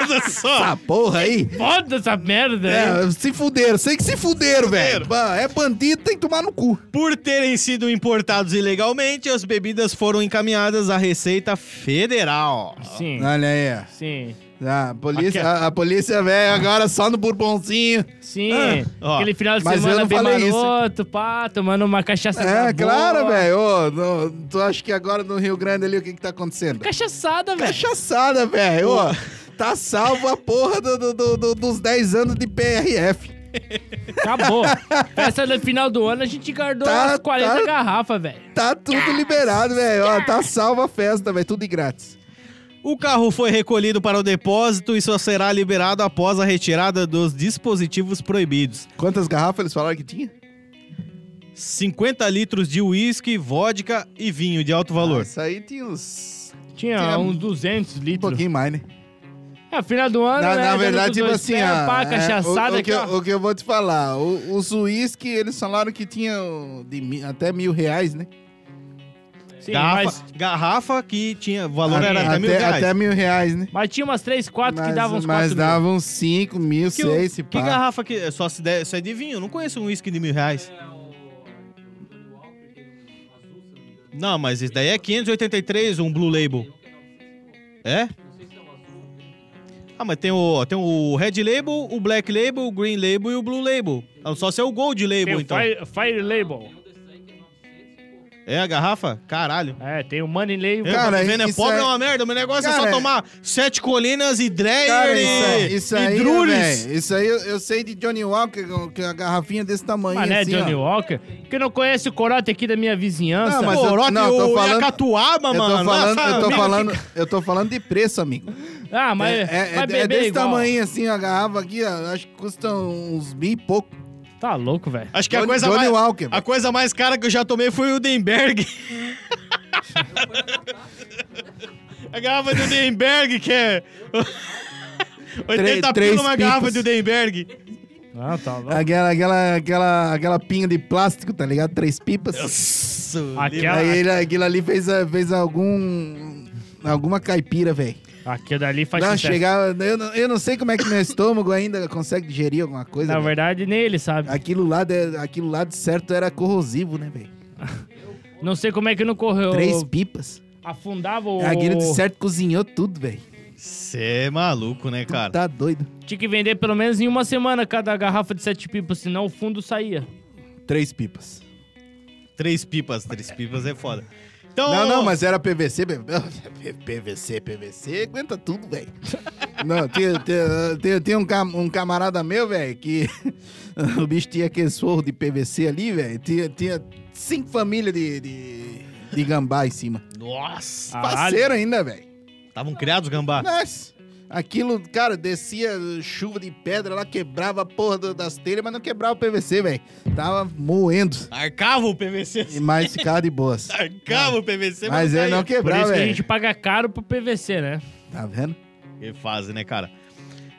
S2: Olha só.
S1: Essa porra aí.
S3: Foda essa merda, né?
S1: É, se fuderam, sei que se fuderam, velho.
S2: Fuderam.
S1: Bah, É bandido, tem que tomar no cu.
S2: Por terem sido importados ilegalmente, as bebidas foram encaminhadas à Receita Federal.
S3: Sim,
S1: Olha aí,
S3: sim,
S1: ó. a polícia, a, a polícia velho agora só no bourbonzinho.
S3: sim.
S1: Ah,
S2: ó.
S3: Aquele final de
S1: Mas eu
S3: semana
S1: não
S3: bem
S1: falei isso.
S3: maroto, pá, tomando uma cachaça
S1: É, claro,
S3: Tá boa.
S1: velho. Ô, no- Tu acha que agora no Rio Grande ali o que que tá acontecendo?
S3: Cachaçada, velho.
S1: Cachaçada, velho. Ô, Tá salvo a porra do- do- do- do- dos 10 anos de PRF.
S3: Acabou. Essa no final do ano a gente guardou
S1: Tá,
S3: umas 40
S1: tá.
S3: garrafas, velho.
S1: Tá tudo liberado, velho. Ó, Tá salva a festa, velho. Tudo de grátis.
S2: O carro foi recolhido para o depósito e só será liberado após a retirada dos dispositivos proibidos.
S1: Quantas garrafas eles falaram que tinha?
S2: 50 litros de uísque, vodka e vinho de alto valor.
S1: Isso aí tinha uns...
S3: Tinha
S1: Tinha
S3: uns 200
S1: Um
S3: litros.
S1: pouquinho mais, né?
S3: Ah, final do ano,
S1: Na,
S3: né?
S1: na
S3: dando
S1: verdade,
S3: com
S1: tipo
S3: dois
S1: assim,
S3: pés,
S1: ó,
S3: pá,
S1: é,
S3: cachaçada
S1: o, o,
S3: aqui,
S1: que,
S3: ó.
S1: eu- o que eu vou te falar, o- os uísque, eles falaram que tinham de mi- até mil reais, né?
S3: Sim,
S2: garrafa,
S3: mas,
S2: garrafa que tinha valor era até mil
S1: até,
S2: reais.
S1: até mil reais, né?
S3: mas tinha umas 3, 4 que
S1: Mas-
S3: davam uns 4
S1: Mas dava uns 5 mil,
S2: Que,
S1: 6, se
S2: que
S1: pá.
S2: garrafa que. Só, se der, só é de vinho, eu não conheço um uísque de mil reais. Não, mas isso daí é 583, um Blue Label. É? Ah, mas tem o, tem o Red Label, o Black Label, o Green Label e o Blue Label. Ah, Só se é o Gold Label,
S3: Tem o
S2: então.
S3: Fire, Fire Label.
S2: É a garrafa? Caralho.
S3: É, tem o Money Label.
S1: É, Cara,
S2: Cara, vendo é
S1: isso
S2: pobre
S1: é-
S2: é uma merda. O meu negócio é só
S1: Cara, é-
S2: tomar sete colinas e
S3: é
S2: Dreyer
S1: Cara,
S2: e,
S1: isso aí, isso
S2: e
S1: aí, é,
S2: Drules.
S1: velho, isso aí eu, eu sei de Johnny Walker, é um, com- com a garrafinha desse tamanho
S3: Mané
S1: assim,
S3: é né, Johnny
S1: ó.
S3: Walker. Que não conhece o corote aqui da minha vizinhança.
S1: Não, mas
S2: Pô,
S1: eu-
S2: Rock
S1: não, eu tô
S2: o
S1: falando-
S2: Yakatuaba,
S1: Eu
S2: mano.
S1: tô, falando,
S2: Nossa,
S1: eu, tô
S2: amigo,
S1: falando, eu tô falando de preço, amigo.
S3: ah, mas,
S1: É, é,
S3: mas
S1: é- é
S3: beber
S1: desse
S3: igual.
S1: tamanho assim, a garrafa aqui, ó, acho que custa uns mil e pouco.
S3: Tá louco, velho.
S2: Acho que a
S1: Johnny-
S2: coisa,
S1: Johnny
S2: mais,
S1: Walker,
S2: a
S1: velho.
S2: coisa mais cara que eu já tomei foi o Denberg. a garrafa do Denberg, que é... 80
S1: três
S2: pila uma garrafa
S1: pipas.
S2: do Denberg.
S3: Não, tá louco.
S1: Aquela, aquela, aquela, aquela pinha de plástico, tá ligado? Três pipas.
S2: Nossa,
S3: Aqui,
S1: Aí ele, aquilo ali fez, a- fez algum. Alguma caipira, velho.
S3: Aqui é dali faz
S1: Não,
S3: sucesso.
S1: chegava. Eu, não- eu não sei como é que meu estômago ainda consegue digerir alguma coisa.
S3: Na
S1: velho.
S3: verdade, nem ele sabe.
S1: Aquilo lá, de, aquilo lá de certo era corrosivo, né, velho?
S3: Não sei como é que não correu.
S1: Três pipas.
S3: Afundava o...
S1: Aquilo de certo cozinhou tudo, velho.
S2: Você é maluco, né,
S1: Tu
S2: cara?
S1: Tá doido.
S3: Tinha que vender pelo menos em uma semana cada garrafa de sete pipas, senão o fundo saía.
S1: Três pipas.
S2: Três pipas, três pipas é foda. Então,
S1: Não, não, mas era PVC. P- P- PVC, PVC, aguenta tudo, velho. Não, tinha, tinha- tinha- tinha um, cam- um camarada meu, velho, que o bicho tinha aquele sorro de PVC ali, velho. Tinha, tinha cinco famílias de, de, de gambá em cima.
S2: Nossa!
S3: Caralho.
S1: Parceiro ainda, velho.
S2: Estavam criados gambá.
S1: Nossa. Aquilo, cara, descia chuva de pedra lá, quebrava a porra do- das telhas, mas não quebrava o PVC, velho. Tava moendo.
S2: Arcava o PVC.
S1: E mais ficava de boas.
S2: Arcava o PVC,
S1: Mas ele
S2: caía.
S1: não
S3: Por
S1: quebrava,
S3: isso que a
S1: velho.
S3: gente paga caro pro PVC, né?
S1: Tá vendo?
S2: Que fase, né, cara?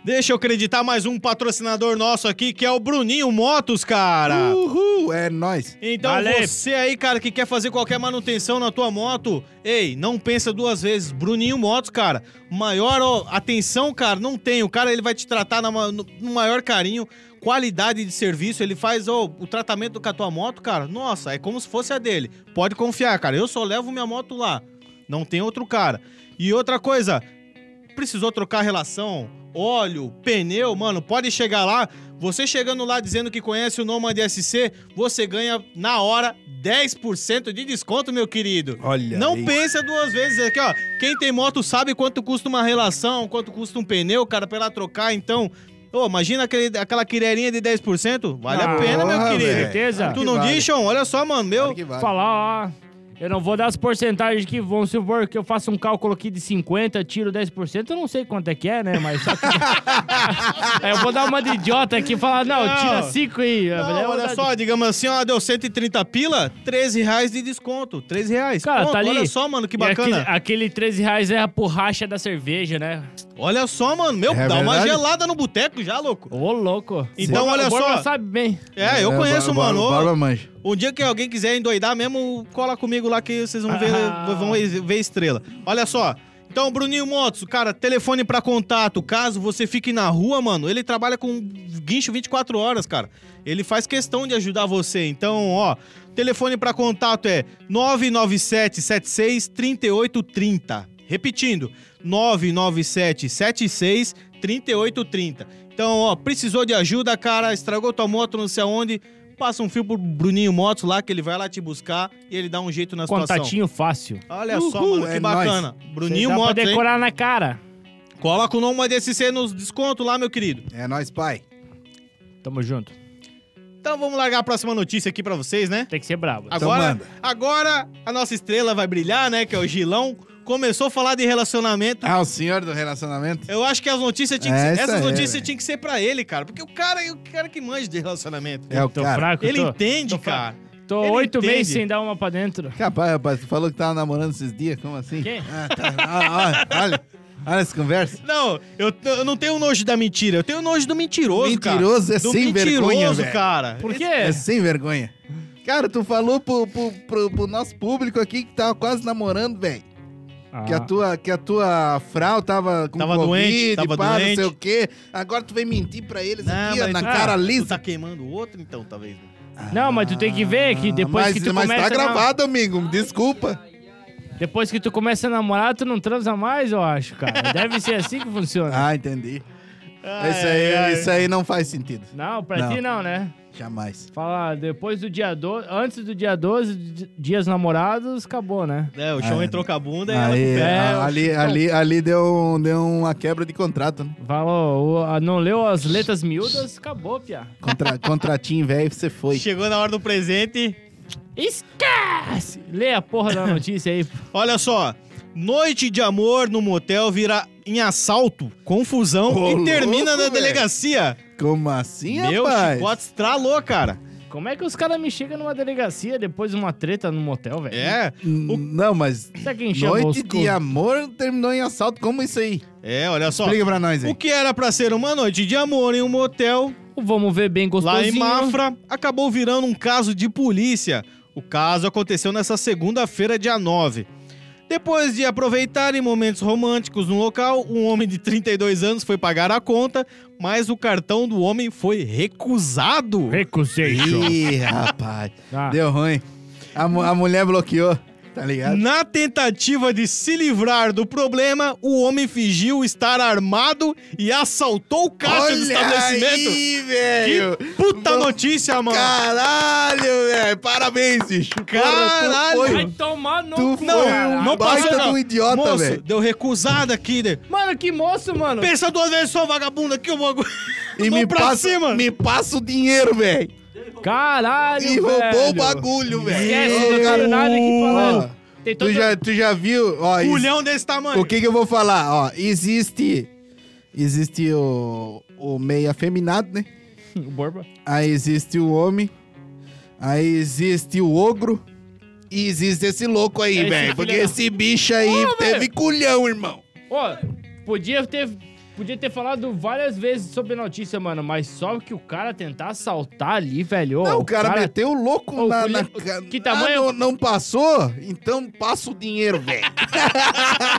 S2: Deixa eu acreditar mais um patrocinador nosso aqui, que é o Bruninho Motos, cara.
S1: Uhul, é nóis.
S2: Então
S3: Valeu.
S2: você aí, cara, que quer fazer qualquer manutenção na tua moto, ei, não pensa duas vezes. Bruninho Motos, cara, maior ó, atenção, cara, não tem. O cara ele vai te tratar na ma- no, no maior carinho, qualidade de serviço, ele faz ó, o tratamento com a tua moto, cara. Nossa, é como se fosse a dele. Pode confiar, cara. Eu só levo minha moto lá. Não tem outro cara. E outra coisa, precisou trocar relação, óleo, pneu, mano, pode chegar lá. Você chegando lá dizendo que conhece o Nomad SC, você ganha na hora 10% de desconto, meu querido.
S1: Olha
S2: Não
S1: aí.
S2: pensa duas vezes aqui, ó. Quem tem moto sabe quanto custa uma relação, quanto custa um pneu, cara, pra ela trocar, então. Ô, imagina aquele, aquela quirerinha de 10%? Vale a
S3: Ah,
S2: pena, meu
S1: porra,
S2: querido.
S1: velho.
S3: Certeza?
S1: Claro
S2: Tu
S1: que
S2: não
S1: vale.
S2: diz, Sean? Olha só, mano, meu.
S1: Claro que vale.
S3: Falar, ó. Eu não vou dar as porcentagens que vão, se for que eu faço um cálculo aqui de 50, tiro 10%, eu não sei quanto é que é, né? Mas só que... Aí eu vou dar uma de idiota aqui e falar, não,
S2: Não.
S3: tira 5 aí.
S2: Não,
S3: Eu "É vou
S2: olha
S3: dar-
S2: só, digamos assim, ó, deu 130 pila, 13 reais de desconto. 13 reais.
S3: Cara,
S2: Pronto,
S3: tá ali.
S2: Olha só, mano, que
S3: E é
S2: bacana.
S3: Aquele, aquele 13 reais é a borracha da cerveja, né?
S2: Olha só, mano. Meu,
S1: É
S2: dá uma
S1: verdade.
S2: gelada no boteco já, louco.
S3: Ô, louco.
S2: Então,
S3: O
S2: olha
S3: Borba
S2: só.
S3: sabe bem.
S2: É, eu
S1: É,
S2: conheço,
S1: o Bar-
S2: mano.
S1: O Barba manja.
S2: Um dia que alguém quiser endoidar mesmo, cola comigo lá que vocês vão ver,
S3: Ah.
S2: vão ver um estrela. Olha só. Então, Bruninho Motos, cara, telefone pra contato. Caso você fique na rua, mano, ele trabalha com guincho 24 horas, cara. Ele faz questão de ajudar você. Então, ó, telefone pra contato é 997-76-3830. Repetindo, 997-76-3830. Então, ó, precisou de ajuda, cara, estragou tua moto, não sei aonde, passa um fio pro Bruninho Motos lá, que ele vai lá te buscar e ele dá um jeito na situação.
S3: Contatinho fácil.
S2: Olha só,
S1: Uhul,
S2: mano, que
S1: é
S2: bacana.
S3: Cê
S2: Bruninho
S3: dá pra
S2: Motos, hein?
S3: decorar na cara.
S2: Coloca o nome da DSC nos descontos lá, meu querido.
S1: É nóis, pai.
S3: Tamo junto.
S2: Então vamos largar a próxima notícia aqui pra vocês, né?
S3: Tem que ser brabo.
S1: Então
S2: Agora,
S1: manda.
S2: agora a nossa estrela vai brilhar, né? Que é o Gilão. Começou a falar de relacionamento.
S1: Ah, o senhor do relacionamento?
S2: Eu acho que as notícias tinham que ser,
S1: Essa
S2: essas
S1: é,
S2: notícias
S1: velho.
S2: tinham que ser pra ele, cara. Porque o cara é o cara que manja de relacionamento.
S1: É o
S3: Tô
S1: cara.
S3: fraco,
S2: ele
S3: tô.
S2: entende,
S3: tô
S2: cara.
S3: fraco. Tô
S2: Ele
S3: oito
S2: entende.
S3: meses sem dar uma pra dentro.
S1: Capaz, rapaz, tu falou que tava namorando esses dias, como assim?
S3: Quem?
S1: Ah, tá. Ah, olha, olha, olha essa conversa.
S2: Não, eu, t- eu não tenho nojo da mentira, eu tenho nojo do mentiroso, cara.
S1: Mentiroso é
S2: do
S1: sem vergonha,
S2: mentiroso,
S1: velho.
S2: cara.
S3: Por quê?
S1: É sem vergonha. Cara, tu falou pro, pro, pro- pro nosso público aqui que tava quase namorando, velho.
S3: Ah,
S1: Que, a tua, que a tua Frau tava com
S2: Tava
S1: Covid,
S2: doente, tava
S1: pá,
S2: doente.
S1: não sei o quê. Agora tu vem mentir pra eles
S2: Não,
S1: aqui, ó,
S2: mas
S1: na
S2: tu-
S1: cara
S2: ah,
S1: lisa.
S2: Tu tá queimando o outro, então, talvez. né?
S3: Não, mas tu tem que ver que depois
S1: mas,
S3: que tu
S1: mas
S3: começa...
S1: tá
S3: a nam-
S1: gravado, amigo. Desculpa.
S3: Depois que tu começa a namorar, tu não transa mais, eu acho, cara. Deve ser assim que funciona.
S1: Ah, entendi. isso, aí,
S2: ai.
S1: isso aí não faz sentido.
S2: Ah,
S3: Não, pra
S1: Não.
S3: ti não, né?
S1: Jamais.
S3: Fala, depois do dia 12, antes do dia 12, di- dias namorados, acabou, né?
S2: É, o chão
S1: Ah, é.
S2: entrou com a bunda e ela com
S1: Aí,
S2: o pé.
S3: É,
S1: a- ali, ali, ali deu, um- deu uma quebra de contrato, né?
S3: Falou, o- a- não leu as letras miúdas, acabou, pia.
S1: Contra- contratinho velho, você foi.
S2: Chegou na hora do presente.
S3: Esquece! Lê a porra da notícia aí. pô.
S2: Olha só. Noite de amor no motel vira em assalto, confusão
S1: Ô,
S2: e
S1: louco,
S2: termina na
S1: velho.
S2: delegacia.
S1: Como assim,
S2: Meu
S1: rapaz?
S2: chicote estralou, cara.
S3: Como é que os caras me chegam numa delegacia depois de uma treta no motel, velho?
S2: É,
S1: N- Não, mas
S3: Será que encheu
S1: Noite
S3: os
S1: de amor terminou em assalto. Como isso aí?
S2: é, olha só.
S1: Explica pra nós
S2: O
S1: aí.
S2: que era pra ser uma noite de amor em um motel
S3: Vamos ver bem
S2: lá em
S3: gostosinho.
S2: Mafra, acabou virando um caso de polícia. O caso aconteceu nessa segunda-feira, dia 9. Depois de aproveitarem momentos românticos no local, um homem de 32 anos foi pagar a conta, mas o cartão do homem foi recusado.
S3: Recusei,
S1: Ih, rapaz.
S3: Ah.
S1: Deu ruim. A, mu- a mulher bloqueou, tá ligado?
S2: Na tentativa de se livrar do problema, o homem fingiu estar armado e assaltou o caixa do estabelecimento.
S1: aí,
S2: Que puta
S1: Vamos-
S2: notícia, mano!
S1: Caralho, velho. Parabéns, bicho. Porra, tu
S2: Caralho.
S1: foi-
S3: Vai tomar no
S1: Tu
S3: cu,
S1: foi
S3: cara.
S1: um
S2: não
S1: baita
S2: passou, não.
S1: de um idiota,
S2: Moço,
S1: velho.
S2: deu recusada aqui, né?
S3: Mano, que moço, mano.
S2: Pensa duas vezes só, vagabundo, aqui um eu vou...
S1: E
S2: vou
S1: me
S2: pra
S1: passa,
S2: cima.
S1: me passa o dinheiro, velho.
S3: Caralho,
S1: E
S3: velho.
S1: roubou o bagulho,
S3: Esquece,
S1: velho.
S3: não
S1: Ô,
S3: tenho
S1: cara,
S3: nada que falar.
S1: Ó,
S3: Tem todo...
S1: Tu já, tu já viu? Ó, isso-
S2: Culhão desse tamanho.
S1: O que que eu vou falar? Ó, existe... Existe o, o meio afeminado, né?
S3: O Hum, Borba.
S1: Aí existe o homem. Aí existe o ogro. E existe esse louco aí,
S3: Esse
S1: velho.
S3: filho
S1: Porque
S3: da-
S1: esse bicho aí
S3: Ô,
S1: teve
S3: velho.
S1: culhão, irmão.
S3: Ó, podia ter, podia ter falado várias vezes sobre a notícia, mano, mas só que o cara tentar assaltar ali, velho. ó,
S1: Não, o cara, meteu o louco
S3: Ô,
S1: na,
S3: culhão-
S1: na ca-
S3: que
S1: Ah,
S3: tamanho-
S1: não, não passou? Então passa o dinheiro, velho.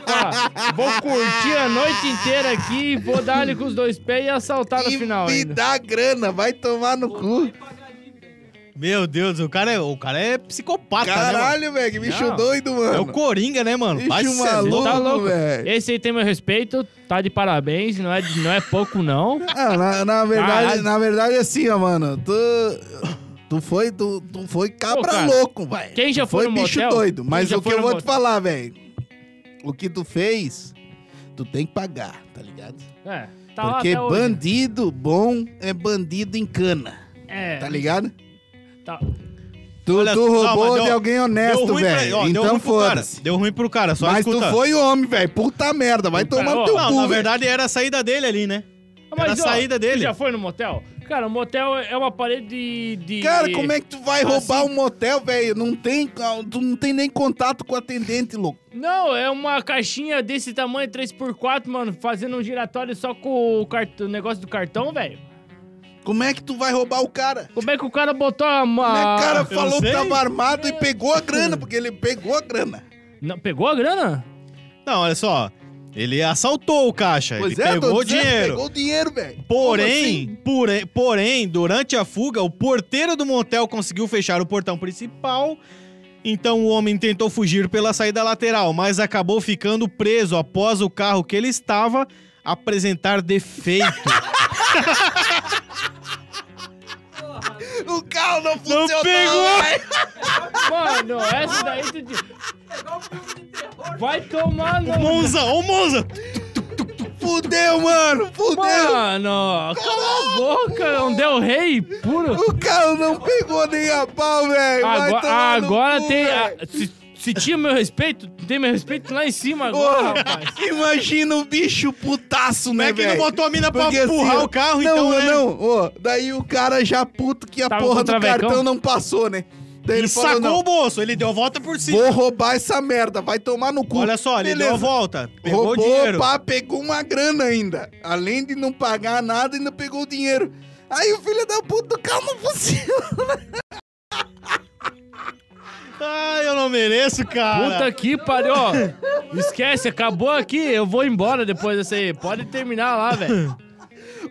S3: ó, vou curtir a noite inteira aqui, vou dar ali com os dois pés e assaltar no
S1: E
S3: final
S1: me
S3: ainda.
S1: dá grana, vai tomar no cu.
S2: Meu Deus, o cara é, o cara é
S1: Ah, tá,
S2: psicopata, né,
S1: Caralho, velho, que bicho
S3: Não.
S1: doido,
S2: mano? É
S1: mano.
S2: o Coringa, né, mano?
S1: Bicho
S2: Vai ser
S1: maluco.
S2: louco.
S3: Tá louco,
S1: velho.
S3: Esse aí tem meu respeito, tá de parabéns, não é, não é pouco não.
S1: Ah, na, na verdade,
S3: Caralho.
S1: na verdade, assim, ó, mano, tu. Tu foi, tu, tu foi cabra
S3: Ô, cara,
S1: louco, velho.
S3: quem já
S1: Tu
S3: foi
S1: foi
S3: no
S1: bicho
S3: motel?
S1: doido.
S3: Quem
S1: Mas
S3: já
S1: o que
S3: foi
S1: eu
S3: no
S1: vou te
S3: motel?
S1: falar, velho. O que tu fez, tu tem que pagar, tá ligado?
S3: É, tá
S1: Porque
S3: lá até hoje.
S1: bandido bom é bandido em cana,
S3: É,
S1: tá ligado?
S3: tá-
S1: Tu,
S2: Olha,
S1: tu
S2: não,
S1: roubou
S2: mas deu-
S1: de alguém
S2: deu
S1: honesto,
S2: ruim pra- ó,
S1: velho.
S2: deu
S1: Então
S2: ruim pro cara,
S1: foda-se.
S2: Deu ruim pro cara, só
S1: Mas
S2: escuta.
S1: tu foi o homem, velho. Puta merda, vai tomar
S3: ó,
S1: no teu
S2: Não,
S1: cu,
S2: na
S1: velho.
S2: verdade era a saída dele ali, né?
S3: Ah,
S2: Era a saída dele.
S3: tu já foi no motel? Cara, o motel é uma parede de... de-
S1: Cara, como é que tu vai roubar
S3: Assim-
S1: um motel, velho? Não tem, tu não tem nem contato com o atendente, louco.
S3: Não, é uma caixinha desse tamanho, 3x4, mano, fazendo um giratório só com o, cart... o negócio do cartão, velho.
S1: Como é que tu vai roubar o cara?
S3: Como é que o cara botou a...
S1: Como é que o cara
S2: Ah, eu
S1: falou que
S2: sei.
S1: tava armado e pegou a grana? Porque ele pegou a grana.
S3: Não, pegou a grana?
S2: Não, olha só. Ele assaltou o caixa,
S1: Pois
S2: ele
S1: é,
S2: pegou
S1: tô
S2: o
S1: dizendo,
S2: dinheiro.
S1: Pegou o dinheiro, velho.
S2: Porém,
S1: assim?
S2: porém, porém, durante a fuga, o porteiro do motel conseguiu fechar o portão principal. Então o homem tentou fugir pela saída lateral, mas acabou ficando preso após o carro que ele estava apresentar defeito.
S1: Como assim? O carro não
S2: Não
S1: funcionou.
S2: pegou!
S3: Mano, essa daí tu... te- Vai tomar no...
S2: Monza, ô
S1: Né,
S2: Monza!
S1: Fudeu, mano. Fudeu.
S3: Mano, cala a boca, não deu rei puro.
S1: O carro não pegou nem a pau, velho. Vai
S3: Agora,
S1: tomar no
S3: agora
S1: cu,
S3: tem.
S1: velho.
S3: a- se, se tinha meu respeito, tem meu respeito lá em cima
S1: Porra.
S3: agora, rapaz.
S1: Imagina o bicho putaço,
S2: Como
S1: né,
S2: é que não
S1: velho?
S2: botou a mina pra
S1: Porque, assim,
S2: empurrar
S1: ó,
S2: o carro,
S1: não,
S2: então, né?
S1: Não, ó, daí o cara já puto que a
S3: Tava com
S1: porra do
S3: travecão?
S1: cartão não passou, né? Daí ele
S2: Ele
S1: falou,
S2: sacou
S1: não,
S2: o bolso, ele deu a volta por cima.
S1: vou roubar essa merda, vai tomar no cu.
S2: Olha só, ele
S1: Beleza.
S2: deu a volta, pegou o
S1: Roubou,
S2: dinheiro.
S1: pá, pegou uma grana ainda. Além de não pagar nada, ainda pegou o dinheiro. Aí o filho da puta do carro não funciona.
S2: Ah, eu não mereço, cara.
S3: Puta que pariu. ó. Esquece, acabou aqui. Eu vou embora depois dessa aí. Pode terminar lá,
S1: Ah,
S3: velho.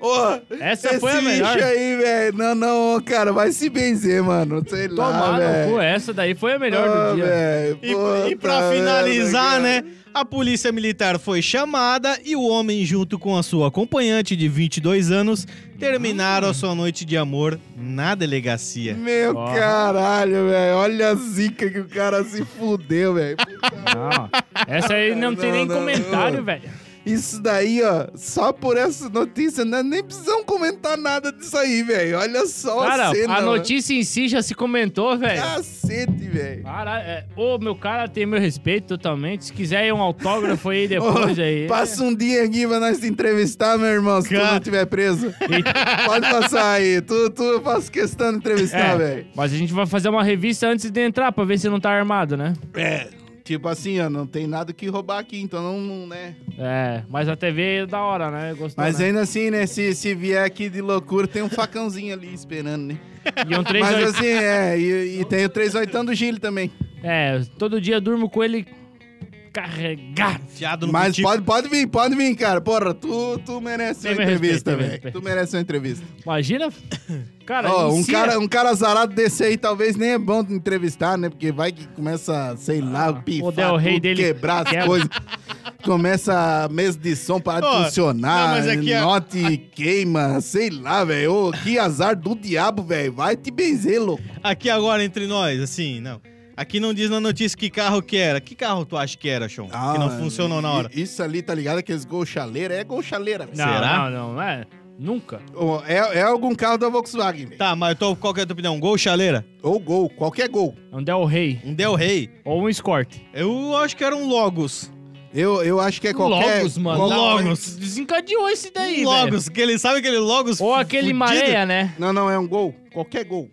S1: Ó,
S3: Essa
S1: esse
S3: foi a melhor.
S1: bicho aí, velho. Não, não, ó, cara, vai se benzer, mano. Sei lá,
S3: Tomar no cu,
S1: velho.
S3: essa daí foi a melhor
S1: Ah,
S3: do dia.
S1: velho,
S2: E, e pra
S1: puta
S2: finalizar,
S1: merda, cara.
S2: né? A polícia militar foi chamada e o homem, junto com a sua acompanhante de 22 anos, terminaram a sua noite de amor na delegacia.
S1: Meu
S3: Ó.
S1: caralho, velho. Olha a zica que o cara se fudeu, velho.
S3: Não, essa aí não, tem
S1: Não,
S3: nem
S1: não,
S3: comentário,
S1: não.
S3: velho.
S1: Isso daí, ó, só por essa notícia, né, nem precisam comentar nada disso aí, velho. Olha só
S3: Cara,
S1: a cena.
S3: a
S1: ó.
S3: notícia é em si já se comentou, velho.
S1: Cacete, velho.
S3: Cara, é, ô, meu cara tem meu respeito totalmente. Se quiser ir um autógrafo aí depois
S1: Ô,
S3: aí. é.
S1: Passa um dia aqui pra nós te entrevistar, meu irmão, se tu
S2: Cara.
S1: não tiver preso. Pode passar aí. Tu, tu, eu faço questão de entrevistar,
S3: É,
S1: velho.
S3: Mas a gente vai fazer uma revista antes de entrar pra ver se não tá armado, né?
S1: Tipo assim, ó, não tem nada que roubar aqui, então não, não né?
S3: É, mas a TV é da hora, né? Gostou,
S1: Mas
S3: né?
S1: ainda assim, né, se, se vier aqui de loucura, tem um facãozinho ali esperando, né?
S3: E um 3
S1: Mas assim, é, e, e tem o 38 do Gil também.
S3: É, todo dia eu durmo com ele carregado.
S2: Fiado no
S1: Mas
S2: pitico.
S1: pode, pode vir, pode vir, cara. Porra, tu, tu merece
S3: Tem
S1: uma
S3: meu
S1: entrevista,
S3: respeito, tem meu
S1: velho.
S3: respeito.
S1: Tu merece uma entrevista.
S3: Imagina? Cara,
S1: Ó, um,
S3: inicia-
S1: cara, um cara zarado desse aí talvez nem é bom de entrevistar, né? Porque vai que começa, sei
S2: Ah,
S1: lá, pifar,
S3: Del Rey
S1: tudo,
S3: dele
S1: quebrar as
S3: quebra.
S1: coisas. Começa a mesa de som parar de
S2: Ó,
S1: funcionar,
S2: não, mas aqui é a-
S1: note queima, sei lá, velho. Ô, Que azar do diabo, velho. Vai te benzer, louco.
S2: Aqui agora entre nós, assim, não. Aqui não diz na notícia que carro que era. Que carro tu acha que era, Sean? que
S1: Ah,
S2: não funcionou na hora.
S1: i- Isso ali, tá ligado? Aqueles gol chaleira. É gol chaleira, velho.
S3: Não,
S2: Será?
S3: não, não, é. Nunca.
S1: Ó, É, é algum carro da Volkswagen, velho.
S2: Tá, mas tô, qual que é a tua opinião? Um Gol, chaleira?
S1: Ou gol, qualquer gol.
S3: É um Del Rey.
S2: Um Del Rey?
S3: Ou um Escort.
S2: Eu acho que era um Logos.
S1: Eu, eu acho que é qualquer...
S3: Logos, mano.
S1: qual-
S2: Logos.
S3: Desencadeou esse daí,
S2: um
S3: velho.
S2: Logos, que ele sabe aquele Logos
S3: Ou aquele
S2: fudido?
S3: Maréia, né?
S1: Não, não, é um gol. Qualquer gol.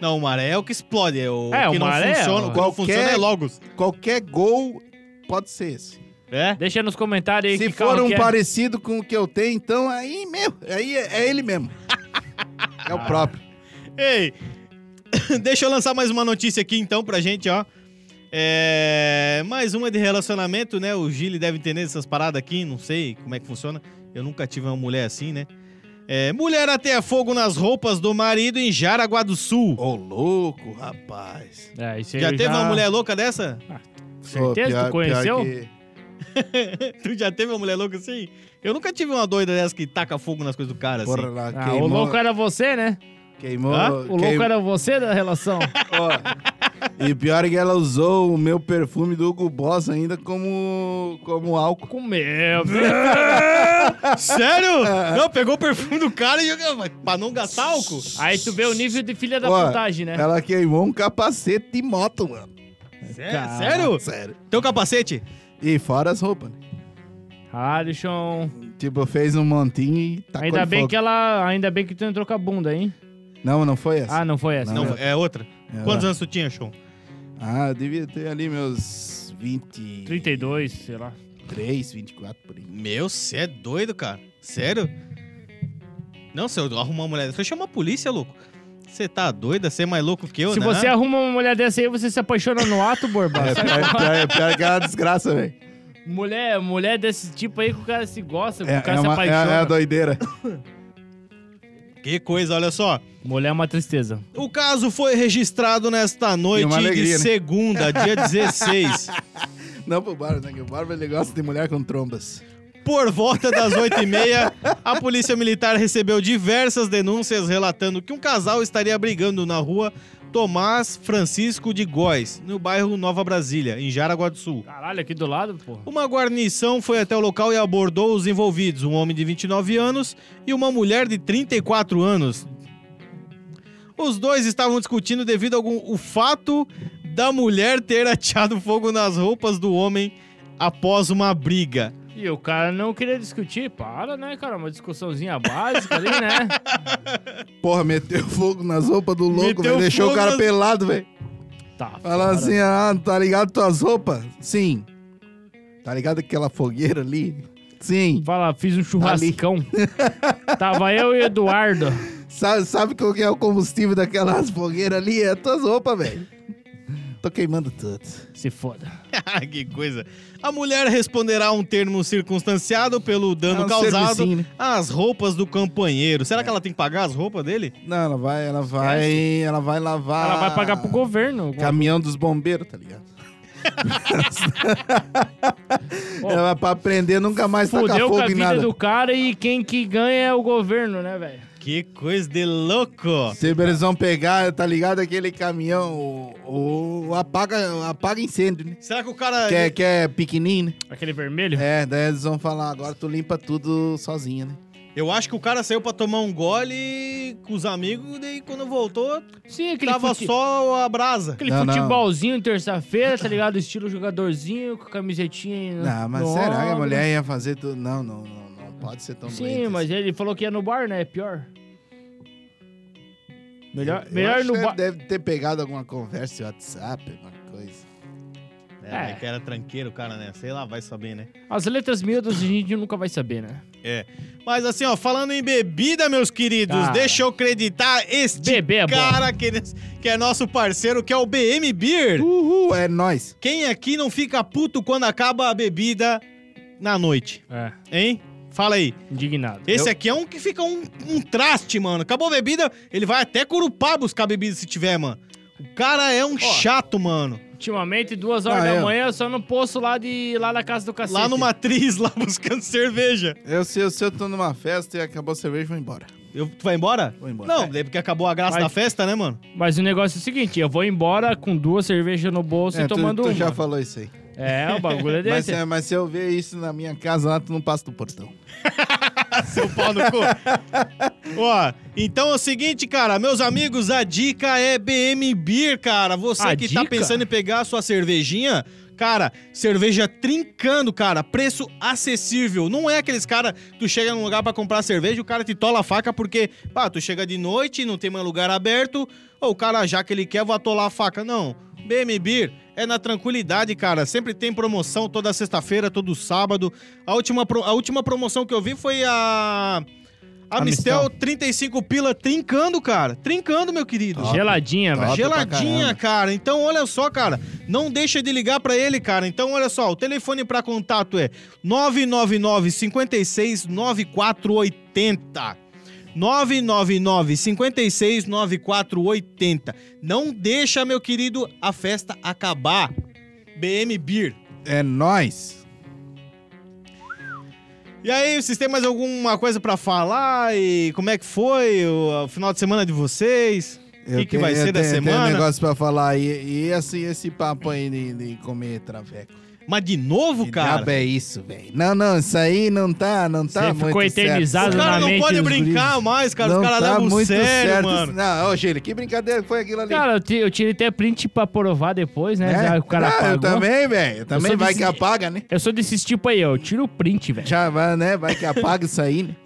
S2: Não, o maré é o que explode. É o
S3: É,
S2: que
S3: o
S2: não
S3: maré é
S2: funciona.
S3: o-
S2: O que não
S1: Qualquer-
S2: funciona é Logos.
S1: Qualquer gol pode ser esse.
S2: É?
S3: Deixa nos comentários aí
S1: Se
S3: que carro
S1: for um
S3: que é.
S1: parecido com o que eu tenho, então aí mesmo. Aí é, é ele mesmo. É o próprio.
S2: Ei, deixa eu lançar mais uma notícia aqui então pra gente, ó. É, mais uma de relacionamento, né? O Gili deve entender essas paradas aqui, não sei como é que funciona. Eu nunca tive uma mulher assim, né? É, mulher ateia fogo nas roupas do marido em Jaraguá do Sul.
S1: Ô, louco, rapaz.
S3: É, isso aí
S2: já
S3: eu
S2: teve uma mulher louca dessa?
S3: Certeza? Tu conheceu?
S2: tu já teve uma mulher louca assim? Eu nunca tive uma doida dessa que taca fogo nas coisas do cara, assim.
S1: Porra lá,
S3: Ah,
S1: queimou.
S3: o louco era você, né?
S1: Queimou.
S2: Hã?
S3: O louco era você da relação.
S1: Ó, E pior é que ela usou o meu perfume do Hugo Boss ainda como, como álcool.
S3: Comeu,
S2: Sério? Não, pegou o perfume do cara e jogou. Pra não gastar álcool?
S3: Aí tu vê o nível de filha da
S1: Ó,
S3: putagem, né?
S1: Ela queimou um capacete de moto, mano.
S3: É,
S1: Ah,
S2: Sé- é Sério?
S1: Sério.
S2: Teu capacete?
S1: E fora as roupas, né?
S3: Ah, Alisson.
S1: Tipo, fez um montinho e tacou
S3: Ainda
S1: de
S3: bem
S1: fogo.
S3: que ela. Ainda bem que tu entrou com a bunda, hein?
S1: Não, não foi essa.
S3: Ah, não foi essa.
S2: Não, é outra.
S1: É
S2: Quantos
S1: lá.
S2: anos tu tinha, Sean?
S1: Ah, eu devia ter ali meus 20...
S3: 32, sei lá.
S1: 3, 24, por aí.
S2: Meu, você é doido, cara. Sério? Não, se eu arrumar uma mulher dessa, eu chamo a polícia, louco. Você tá doida? Você é mais louco que eu,
S3: Se
S2: né?
S3: você arruma uma mulher dessa aí, você se apaixona no ato, Borba.
S1: É,
S3: Sabe?
S1: pior, pior, pior que é uma desgraça, velho.
S3: mulher, mulher desse tipo aí que o cara se gosta,
S1: É,
S3: o cara
S1: é
S3: se
S1: uma, é,
S3: apaixona.
S1: é uma doideira.
S2: Que coisa, olha só.
S3: Mulher é uma tristeza.
S2: O caso foi registrado nesta noite
S1: uma alegria,
S2: de
S1: né?
S2: segunda, dia 16,
S1: Não pro Barba, né? Que o Barba ele gosta de mulher com trombas.
S2: por volta das 8h30, a polícia militar recebeu diversas denúncias relatando que um casal estaria brigando na rua Tomás Francisco de Góes, no bairro Nova Brasília, em Jaraguá do Sul.
S3: Caralho, aqui do lado, porra.
S2: Uma guarnição foi até o local e abordou os envolvidos, um homem de 29 anos e uma mulher de 34 anos. Os dois estavam discutindo devido ao o fato da mulher ter ateado fogo nas roupas do homem após uma briga.
S3: E o cara não queria discutir. Para, né, cara? Uma discussãozinha básica ali, né?
S1: Porra, meteu fogo nas roupas do louco,
S2: Meteu
S1: velho. Deixou o
S2: fogo
S1: cara
S2: nas-
S1: pelado, velho.
S3: Tá.
S1: Fala
S3: fora.
S1: assim, ah, tá ligado tuas roupas? Sim. Tá ligado aquela fogueira ali? Sim.
S3: Fala, fiz um
S1: Tá
S3: churrascão. Tava eu e o Eduardo.
S1: Sabe, sabe qual que é o combustível daquelas fogueiras ali? É tuas roupas, velho. Tô queimando tudo.
S3: Se foda.
S2: que coisa. A mulher responderá a um termo circunstanciado pelo dano
S1: É um
S2: causado
S1: servicinho, né?
S2: às roupas do campanheiro. Será que ela tem que pagar as roupas dele?
S1: Não, ela vai, ela vai, ela vai lavar.
S3: Ela vai pagar pro governo.
S1: Caminhão dos bombeiros, tá ligado? ela vai pra aprender nunca mais tacar
S3: Fudeu
S1: fogo
S3: com a
S1: em
S3: vida
S1: nada.
S3: do cara e quem que ganha é o governo, né, velho?
S2: Que coisa de louco.
S1: Se eles vão pegar, tá ligado? Aquele caminhão, o, o- apaga, apaga incêndio, né?
S2: Será que o cara
S1: Que é, que é pequenininho, né?
S3: Aquele vermelho?
S1: É, daí eles vão falar, agora tu limpa tudo sozinha, né?
S2: Eu acho que o cara saiu pra tomar um gole com os amigos, daí quando voltou,
S3: Sim, aquele,
S2: tava
S3: fute-
S2: só a brasa.
S3: aquele
S1: Não, não.
S3: futebolzinho terça-feira, tá ligado? Estilo jogadorzinho, com camisetinha. no-
S1: Não, mas
S3: no
S1: será que a
S3: ombro.
S1: mulher ia fazer tudo? Não, não, não, não pode ser tão doente
S3: Sim,
S1: assim.
S3: mas ele falou que ia no bar, né? É pior. Melhor,
S1: Eu
S3: melhor
S1: acho
S3: no
S1: que ele
S3: bar.
S1: Deve ter pegado alguma conversa em WhatsApp, alguma coisa.
S2: É,
S3: É.
S2: que era tranqueiro o cara, né? Sei lá, vai saber, né?
S3: As letras miúdas a gente nunca vai saber, né?
S2: É. Mas assim, ó, falando em bebida, meus queridos,
S3: Cara.
S2: deixa eu acreditar este
S3: Bebê é bom.
S2: cara que, que é nosso parceiro, que é o BM Beer.
S1: Uhul, é nóis.
S2: Quem aqui não fica puto quando acaba a bebida na noite,
S3: É,
S2: hein? Fala aí.
S3: indignado.
S2: Esse aqui é um que fica um, um traste, mano. Acabou a bebida, ele vai até Curupá buscar bebida se tiver, mano. O cara é um chato, mano.
S3: Ultimamente, duas horas
S1: Ah,
S3: da
S1: é.
S3: manhã, só no poço lá, de, lá da casa do cacete.
S2: Lá no Matriz, lá buscando cerveja.
S1: Eu, se, eu- se eu tô numa festa e acabou a cerveja, vou embora.
S2: Eu, tu vai embora?
S1: Vou embora.
S2: Não, daí porque acabou a graça
S3: Vai.
S2: da festa, né, mano?
S3: Mas o negócio é o seguinte, eu vou embora com duas cervejas no bolso
S1: É,
S3: e
S1: tu,
S3: tomando
S1: tu
S3: uma.
S1: já falou isso aí.
S3: É, o bagulho é
S1: Mas,
S3: desse.
S1: se- mas se eu ver isso na minha casa lá, tu não passa do portão.
S2: Seu pau no cu. Ó, então é o seguinte, cara, meus amigos, a dica é BM Beer, cara. Você
S3: A
S2: que tá
S3: dica?
S2: pensando em pegar a sua cervejinha, cara, cerveja trincando, cara, preço acessível. Não é aqueles cara, tu chega num lugar pra comprar cerveja, o cara te tola a faca porque, pá, tu chega de noite, não tem mais lugar aberto, ou o cara já que ele quer, vou atolar a faca. Não. BM Beer é na tranquilidade, cara. Sempre tem promoção toda sexta-feira, todo sábado. A última, pro- a última promoção que eu vi foi a. Amistel,
S3: Amistel.
S2: 35 pila, trincando, cara. Trincando, meu querido.
S1: Top.
S3: Geladinha,
S1: Top.
S3: velho.
S1: pra
S2: Geladinha,
S1: caramba.
S2: cara. Então, olha só, cara. Não deixa de ligar pra ele, cara. Então, olha só. O telefone pra contato é 999 56 9480. 999 56 9480. Não deixa, meu querido, a festa acabar. BM Beer.
S1: É nóis.
S2: E aí, vocês têm mais alguma coisa pra falar? E como é que foi o o final de semana de vocês?
S1: Eu
S2: que que vai ser
S1: eu
S2: da semana?
S1: Tem um negócio pra falar. E, e assim, esse papo aí de, de comer traveco.
S2: Mas de novo,
S1: Que
S2: cara?
S1: diabo é isso, velho? Não, não, isso aí não tá, não tá
S3: Você
S1: muito
S3: ficou
S1: certo.
S3: eternizado
S2: Os
S1: Não
S2: caras
S3: na
S2: não
S3: mente
S2: podem
S3: dos
S2: brincar
S3: guris.
S2: mais, cara. Os caras
S1: tá
S2: levam
S1: muito
S2: sério,
S1: certo.
S2: mano.
S1: Não, ô, Gílio, que brincadeira foi aquilo ali?
S3: Cara, eu ti- eu tirei até print pra provar depois, né?
S1: Né?
S3: Já o cara
S1: Não,
S3: apagou.
S1: eu também, velho. Eu Também
S3: sou
S1: vai
S3: desse-
S1: que apaga, né?
S3: Eu sou desses tipo aí, ó. Eu tiro o print, velho.
S1: Já vai, né? Vai que apaga isso aí, né?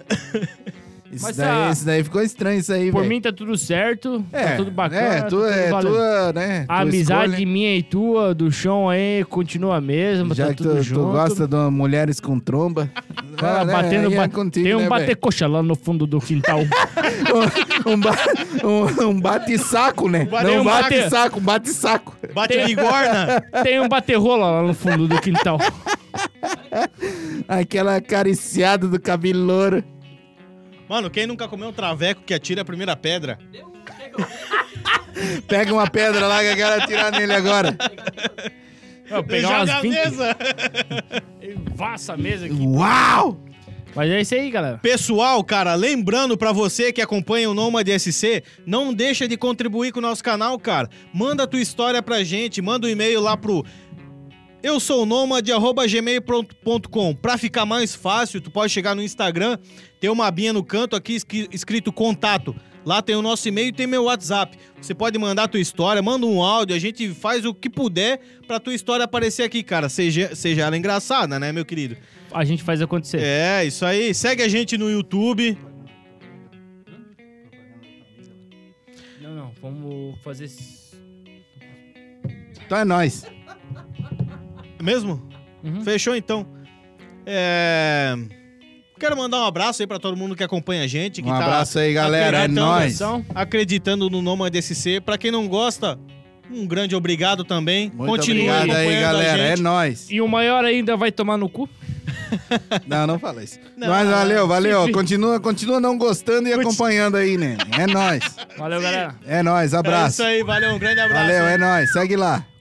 S1: Isso,
S3: Mas
S1: daí,
S3: tá-
S1: isso daí ficou estranho, isso aí,
S3: Por
S1: velho.
S3: mim tá tudo certo, tá tudo bacana.
S1: É,
S3: tá
S1: tu,
S3: tudo
S1: é
S3: valendo.
S1: tua, né?
S3: A
S1: tua
S3: amizade
S1: escolha.
S3: minha e tua, do chão aí, continua a mesma,
S1: Já
S3: tá
S1: que
S3: tudo
S1: tu, tu
S3: junto.
S1: gosta de uma mulheres com tromba.
S3: Cara,
S1: Ah, né?
S3: batendo
S1: Aí é
S3: ba-
S1: contigo,
S3: Tem um
S1: né, velho?
S3: bate-coxa lá no fundo do quintal.
S1: um, um, ba um, um bate-saco, né?
S2: Bate-
S1: Não,
S3: um
S1: um
S3: bate-
S1: bate-saco, um bate-saco.
S2: Bate bigorna.
S3: Tem um bate-rola lá no fundo do quintal.
S1: Aquela acariciada do cabelo louro.
S2: Mano, quem nunca comeu um traveco que atira a primeira pedra?
S1: Pega uma pedra lá que eu quero atirar nele agora.
S3: Eu pegar
S2: Joga
S3: umas
S2: a
S3: 20
S2: mesa.
S3: e vaça a mesa aqui.
S1: Uau!
S3: Mas é isso aí, galera.
S2: Pessoal, cara, lembrando pra você que acompanha o Nomad SC, não deixa de contribuir com o nosso canal, cara. Manda a tua história pra gente, manda um e-mail lá pro eu sou nomad@gmail.com. Pra ficar mais fácil, tu pode chegar no Instagram, tem uma abinha no canto aqui esqui- escrito contato. Lá tem o nosso e-mail e tem meu WhatsApp. Você pode mandar a tua história, manda um áudio, a gente faz o que puder pra tua história aparecer aqui, cara. Seja, seja ela engraçada, né, meu querido?
S3: A gente faz acontecer.
S2: É, isso aí. Segue a gente no YouTube.
S3: Não, não, vamos fazer. s-
S1: Então é nóis.
S2: É mesmo?
S3: Uhum.
S2: Fechou então. É... Quero mandar um abraço aí pra todo mundo que acompanha a gente. Que
S1: Um
S2: tá
S1: abraço aí, galera. É
S2: acreditando-
S1: nóis.
S2: Acreditando no Nomad SC. Pra quem não gosta, um grande obrigado também.
S1: Muito
S2: Continue
S1: obrigado aí,
S2: acompanhando
S1: galera.
S2: a
S1: É
S2: gente.
S1: nóis.
S3: E o maior ainda vai tomar no cu.
S1: Não, não fala isso.
S2: Não.
S1: Mas valeu, valeu. Continua, continua não gostando e acompanhando aí, né? É nóis.
S3: Valeu, galera.
S1: É nóis,
S2: É isso
S1: abraço.
S2: aí, valeu. Um grande abraço.
S1: Valeu,
S2: hein?
S1: é nóis. Segue lá.